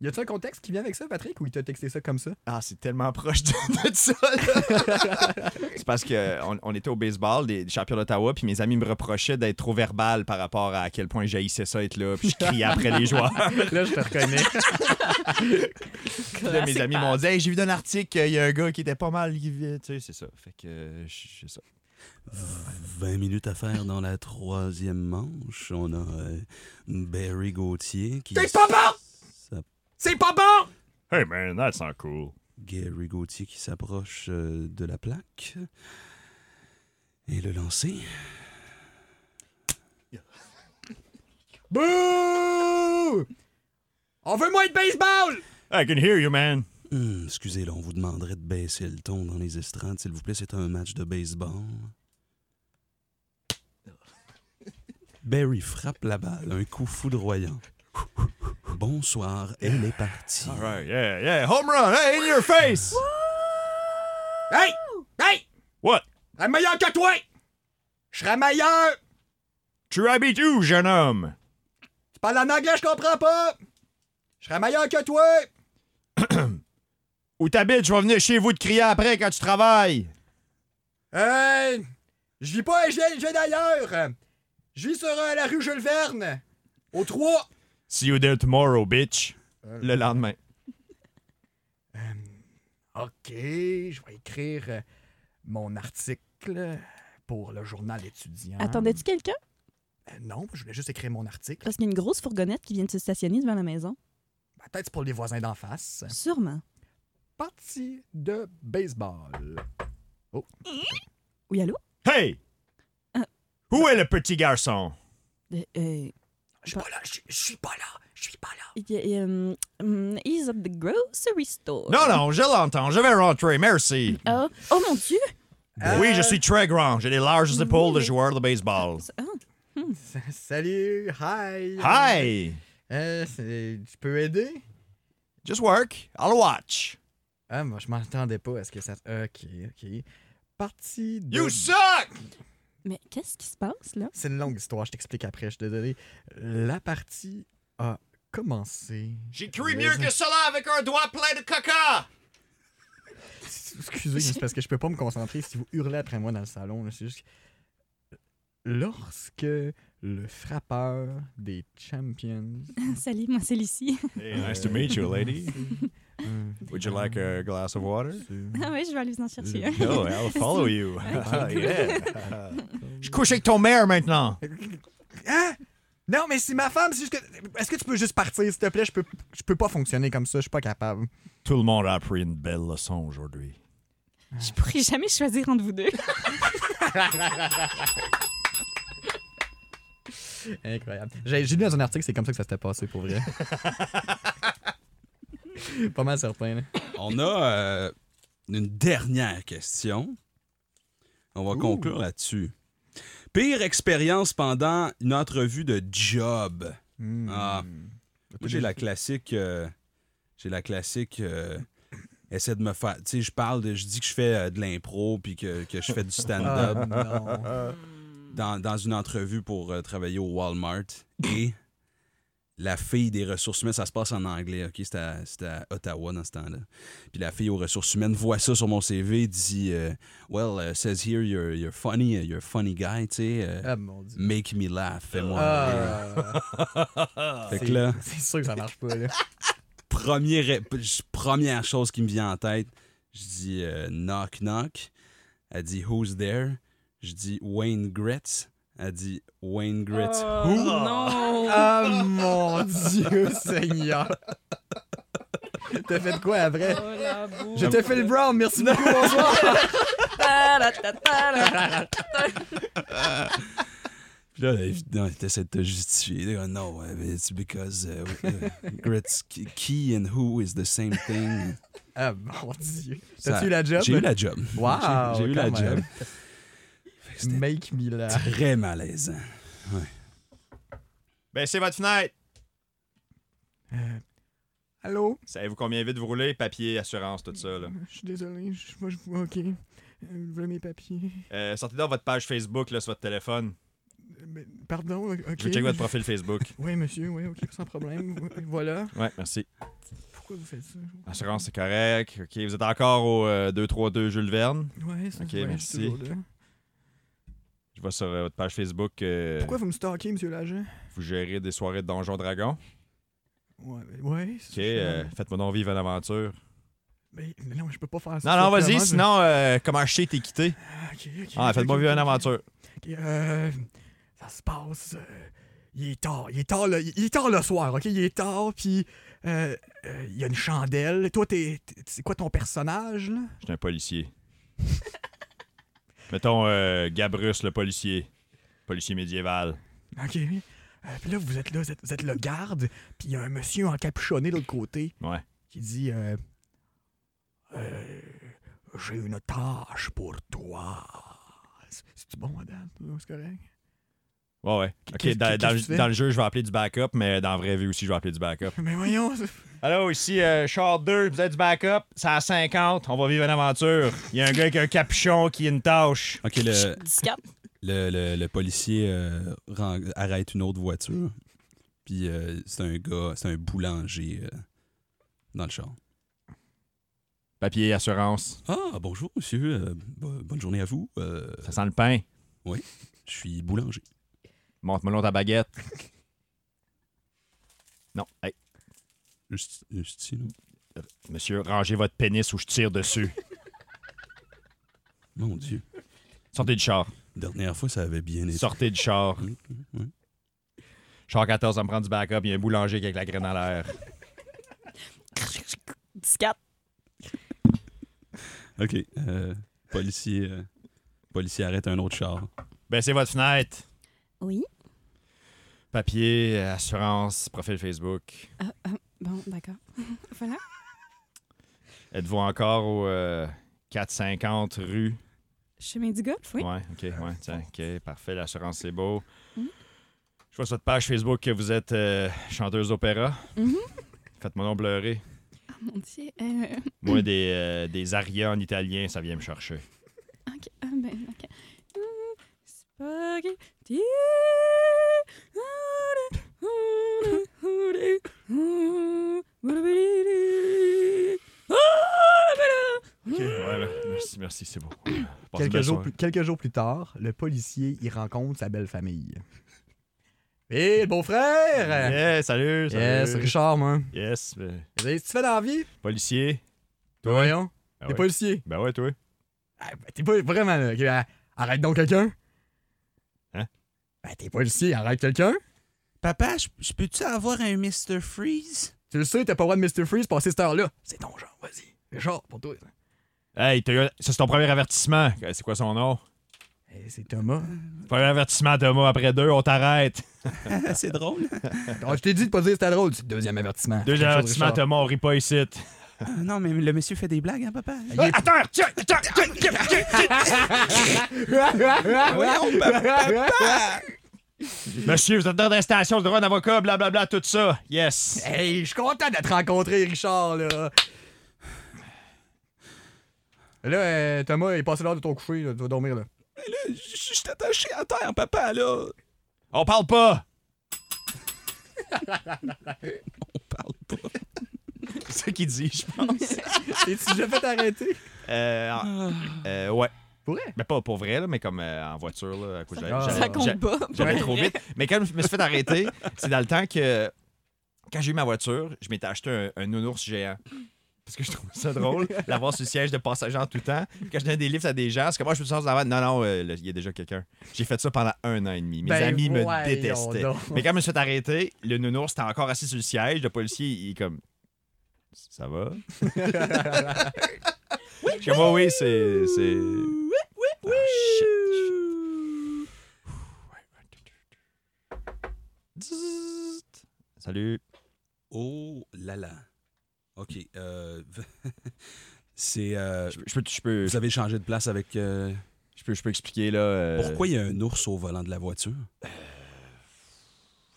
Y a-tu un contexte qui vient avec ça, Patrick, ou il t'a texté ça comme ça? Ah, c'est tellement proche de, de ça. <laughs> là. c'est parce qu'on on était au baseball des, des champions d'Ottawa, puis mes amis me reprochaient d'être trop verbal par rapport à, quel point j'haïssais ça être là, puis je criais après <laughs> les joueurs. Là, je te reconnais. Puis là, mes amis m'ont dit Hey, j'ai vu dans l'article qu'il y a un gars qui était pas mal, qui vit- tu sais, c'est ça. Fait que euh, je- c'est ça. 20 minutes à faire dans la troisième manche. On a euh, Barry Gauthier qui. T'es pas bon! s'a- C'est pas bon! Hey man, that's not cool. Gary Gauthier qui s'approche euh, de la plaque. Et le lancer. Bouh! On veut moins de baseball! I can hear you, man. Hmm, excusez, là, on vous demanderait de baisser le ton dans les estrades, s'il vous plaît. C'est un match de baseball. Barry frappe la balle, un coup foudroyant. Bonsoir, elle est partie. All right, yeah, yeah. Home run, hey, in your face. Hey! Hey! What? Je serais meilleur que toi! Je serais meilleur! Tu habites où, jeune homme? Tu parles en anglais, je comprends pas! Je serais meilleur que toi! Où t'habites? Je vais venir chez vous te crier après quand tu travailles. Euh. Je vis pas, je viens, je viens d'ailleurs! Je vis sur euh, la rue Jules Verne! Au 3! See you there tomorrow, bitch. Le lendemain. Euh, Ok, je vais écrire euh, mon article pour le journal étudiant. Attendais-tu quelqu'un? Euh, non, je voulais juste écrire mon article. Parce qu'il y a une grosse fourgonnette qui vient de se stationner devant la maison. Ben, Peut-être c'est pour les voisins d'en face. Sûrement. Partie de baseball. Oui, allô? Hey! Ah. Où est le petit garçon? Euh, euh, Je suis pas là, je je suis pas là, je suis pas là. Il y a- il y a, hum, hum, he's at the grocery store. Non, non, je l'entends. Je vais rentrer. Merci. Oh, oh mon Dieu! Oui, je suis très grand. J'ai des larges épaules de joueur de baseball. Ça- oh. <laughs> Salut, hi. Hmm. Hi! Euh, c'est- tu peux aider? Just work. I'll watch. Ah, moi, je m'entendais pas. Est-ce que ça. Ok, ok. Partie de. You suck! Mais qu'est-ce qui se passe, là? C'est une longue histoire, je t'explique après, je suis désolé. La partie a commencé. <laughs> J'ai cru mieux que cela avec un doigt plein de caca! Excusez, mais c'est parce que je peux pas me concentrer si vous hurlez après moi dans le salon. là, C'est juste. que- Lorsque le frappeur des champions. Salut, moi, c'est Lucie. Hey, nice to meet you, <laughs> lady. Mm. Euh, Would you <laughs> like a glass of water? c'est- oui, je vais aller vous en chercher un. No, I'll follow <laughs> you. <laughs> Ah, Yeah. Je couche avec ton maire maintenant. Hein? Non, mais c'est ma femme, c'est juste que. Est-ce que tu peux juste partir, s'il te plaît? Je peux, je peux pas fonctionner comme ça, je suis pas capable. Tout le monde a appris une belle leçon aujourd'hui. Je pourrais jamais choisir entre vous deux. Incroyable. J'ai j'ai lu dans un article, c'est comme ça que ça s'était passé <laughs> pour vrai. Pas mal certain. là. On a euh, une dernière question. On va conclure là-dessus. Pire expérience pendant une entrevue de job. Hmm. Ah. Moi, j'ai la classique. euh, j'ai la classique. euh, <clears throat> essaie de me faire. Tu sais, je parle, de- je dis que je fais euh, de l'impro puis que, que je fais du Ah, stand-up non. dans, dans une entrevue pour euh, travailler au Walmart. Et la fille des ressources humaines, ça se passe en anglais, OK? C'était à, c'était à Ottawa dans ce temps-là. Puis la fille aux ressources humaines voit ça sur mon CV, dit euh, Well, uh, says here you're, you're funny, uh, you're a funny guy, tu sais. euh, Ah, mon dieu. Make me laugh, fais-moi. rire. Ah. Fait que C'est- là- <laughs> C'est sûr que ça marche <laughs> pas, là. Premier ré- p- première chose qui me vient en tête, je dis euh, knock knock. Elle dit who's there? Je dis Wayne Gretz. Elle dit Wayne Gretz. Oh, <laughs> non! Ah, mon dieu, <laughs> Seigneur. T'as fait de quoi après? Oh, la boue. Je t'ai fait le brown, merci beaucoup, bonsoir. Ah, Ta-ra-ta-ta-ra. Puis là, évidemment, t'essaies de te justifier. Là, no, uh, it's because uh, uh, Gretz key- key and who is the same thing. Ah, mon dieu. Ça- T'as-tu eu la job? J'ai eu la job. Wow, J'ai j'ai eu la quand job. même. Fait que C'était <laughs> Make me laugh. très malaisant. Ben, c'est votre fenêtre. Euh, Allô? Savez-vous combien vite vous roulez? Papier, assurance, tout ça. là. Je suis désolé, je, moi je vois, ok. Euh, Je veux mes papiers. Euh, sortez dans votre page Facebook là, sur votre téléphone. Euh, mais pardon, ok. Je vais checker votre profil Facebook. Oui, monsieur, oui, ok, sans problème. <laughs> Oui, voilà. <laughs> Ouais, merci. Pourquoi vous faites ça? Assurance, c'est correct. OK, vous êtes encore au euh, 232 Jules Verne. Ouais, c'est Ok, ouais, je suis merci. Euh. toujours là. Je vois sur euh, votre page Facebook euh, Pourquoi vous me stalkez, monsieur l'agent? vous gérez des soirées de Donjon Dragon. Ouais, ben, ouais. c'est OK, ça, je euh, fais. faites-moi donc vivre une aventure. Mais, mais non, je peux pas faire ça. Non, non, vas-y, Comment je- sinon, euh, comment acheter t'es quitté? Ah, ok, ok, Ah, ok, faites-moi ok, vivre une ok, ok. aventure. Ok, euh, ça se passe. euh, il est tard, il est tard, le, il est tard le soir, ok? Il est tard, puis euh, euh, il y a une chandelle. Toi, t'es, t'es- c'est quoi ton personnage, là? Je suis un policier. <laughs> Mettons euh, Gabrus, le policier. Policier médiéval. OK. Euh, puis là, vous êtes là, vous êtes, vous êtes le garde, puis il y a un monsieur encapuchonné de l'autre côté Ouais. qui dit euh, Euh, J'ai une tâche pour toi. C'est- C'est-tu bon, madame? C'est correct? Ouais, ouais. OK, Qu'est-ce- dans, qu'est-ce que dans tu fais? le- dans le jeu, je vais appeler du backup, mais dans la vraie vie aussi, je vais appeler du backup. Mais voyons, c'est- Allô, ici euh, Char 2, vous êtes du backup, c'est à 50, on va vivre une aventure. Il y a un gars avec un capuchon qui a une tâche. OK, le, Discap. le, le- le policier euh, ren- arrête une autre voiture. Puis euh, c'est un gars, c'est un boulanger euh, dans le char. Papier, assurance, Ah, bonjour, monsieur. euh, bo- bonne journée à vous. Euh, ça sent le pain. je suis boulanger. Montre-moi l'autre ta baguette. Non, hey, Juste- juste ici, là. monsieur, rangez votre pénis ou je tire dessus. Mon Dieu. Sortez du char, Dernière fois, ça avait bien été. sortez du char. Mm, mm, mm. Char 14, ça me prend du backup, il y a un boulanger qui a avec la graine à l'air. Discap. OK. euh, policier, euh, policier arrête un autre char. Baissez votre fenêtre. Oui. Papier, euh, assurance, profil Facebook. ah, Bon, d'accord. <laughs> voilà. Êtes-vous encore au euh, 450 rue? Chez Mendigolf, oui. Ouais, ok, Ah, ouais, tiens, ok, parfait, l'assurance, c'est beau. Mhm. Je vois sur votre page Facebook que vous êtes euh, chanteuse d'opéra. Mhm. Faites-moi donc pleurer. Ah, mon Dieu. euh, Moi, des, euh, des arias en italien, ça vient me chercher. ok, ah, ben, ok. Mmh, Spaghetti. Ah, Ah, Ok, ouais, là, merci, merci, c'est beau. Passez une Quelques belle jours, soirée. plus, quelques jours plus tard, le policier y rencontre sa belle <laughs> famille. Hé, le beau-frère! Yeah, salut, salut. hein? Yes, Richard, moi. Yes, euh, Vous savez ce que tu fais dans la vie? policier. Toi, voyons. Ah T'es ouais. policier. Ben ouais, toi. Ah, ben, t'es pas vraiment là. Ok, ben, Arrête donc quelqu'un. Hein? Ben, t'es policier, arrête quelqu'un. Papa, je- je peux-tu avoir un Mr. Freeze? <laughs> Tu le sais, t'as pas le droit de Mr. Freeze passer cette heure-là. C'est ton genre, vas-y. Richard, pour toi. Hey, t'as eu un- ça c'est ton premier avertissement. Euh, C'est quoi son nom? Hey, Eh, c'est Thomas. Premier avertissement, Thomas, après deux, on t'arrête. c'est drôle. <laughs> Ah, je t'ai dit de pas dire c'était drôle. C'est le deuxième avertissement. Deuxième Quelque chose, avertissement, Richard. Thomas, on rit pas ici. Ah, non, mais le monsieur fait des blagues, hein, papa? Il est- Attends, tiens, attends, tiens, tiens, tiens, tiens. Voyons, Monsieur, vous êtes dans l'arrestation, le droit d'avocat, blablabla, tout ça. Yes. Hey, je suis content d'être rencontré, Richard, là. Là, euh, Thomas, il est passé l'heure de ton coucher, là. tu vas dormir, là. Je je suis attaché à terre, papa, là. On parle pas. On parle pas. C'est ça qu'il dit, je pense. T'es-tu déjà fait arrêter? Euh, en- euh, ouais. Pourrais. Mais pas pour vrai, là, mais comme euh, en voiture, là, à coup, j'allais- Ah. j'allais- Ça j'allais- compte pas. <laughs> J'allais Ouais. trop vite. Mais quand je me suis fait arrêter, c'est dans le temps que. Quand j'ai eu ma voiture, je m'étais acheté un, un nounours géant. Parce que je trouvais ça <laughs> drôle, l'avoir sur le siège de passager en tout temps. Puis Quand je donnais des livres à des gens, c'est que moi, je me suis dit, non, non, euh, le- il y a déjà quelqu'un. J'ai fait ça pendant un an et demi. Mes Ben, amis me voyons détestaient. donc. Mais quand je me suis fait arrêter, le nounours était encore assis sur le siège. Le policier, il est comme. Ça va? Chez moi, oui, c'est. c'est... Ah, shit, shit. Zzzzt. Salut. Oh là là. OK. euh, <laughs> c'est. euh, Je peux, je peux, je peux, vous avez changé de place avec. euh, je peux, je peux expliquer là. euh, Pourquoi il y a un ours au volant de la voiture?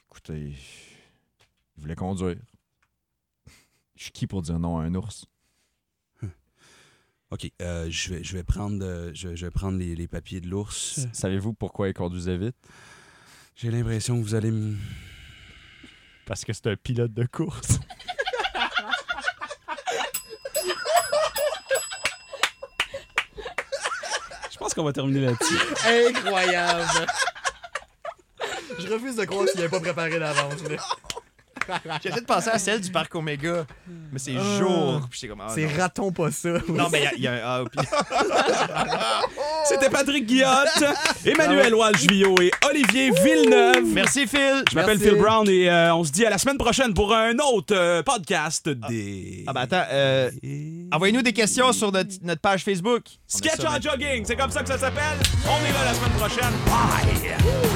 Écoutez, je voulais conduire. Je suis qui pour dire non à un ours? OK. euh, je, vais, je vais prendre, euh, je, je vais prendre les, les papiers de l'ours. Savez-vous pourquoi il conduisait vite? J'ai l'impression que vous allez me. Parce que c'est un pilote de course. Je pense qu'on va terminer là-dessus. Incroyable! Je refuse de croire qu'il n'avait pas préparé d'avance. là. J'essaie de penser à celle du parc Omega, mais c'est Ah. jour. Puis j'étais comme, ah, C'est non. raton pas ça. Non, mais il y a- il y, a <laughs> un. ah, puis- Euh. C'était Patrick <laughs> Guillotte, Emmanuel Walsh-Villot et Olivier Villeneuve. Ah Merci, Phil. Je m'appelle Merci. Phil Brown et euh, on se dit à la semaine prochaine pour un autre euh, podcast des. Ah, bah attends, euh, envoyez-nous des questions sur notre, notre page Facebook. Sketch en jogging, c'est comme ça que ça s'appelle. On est là la semaine prochaine. Bye!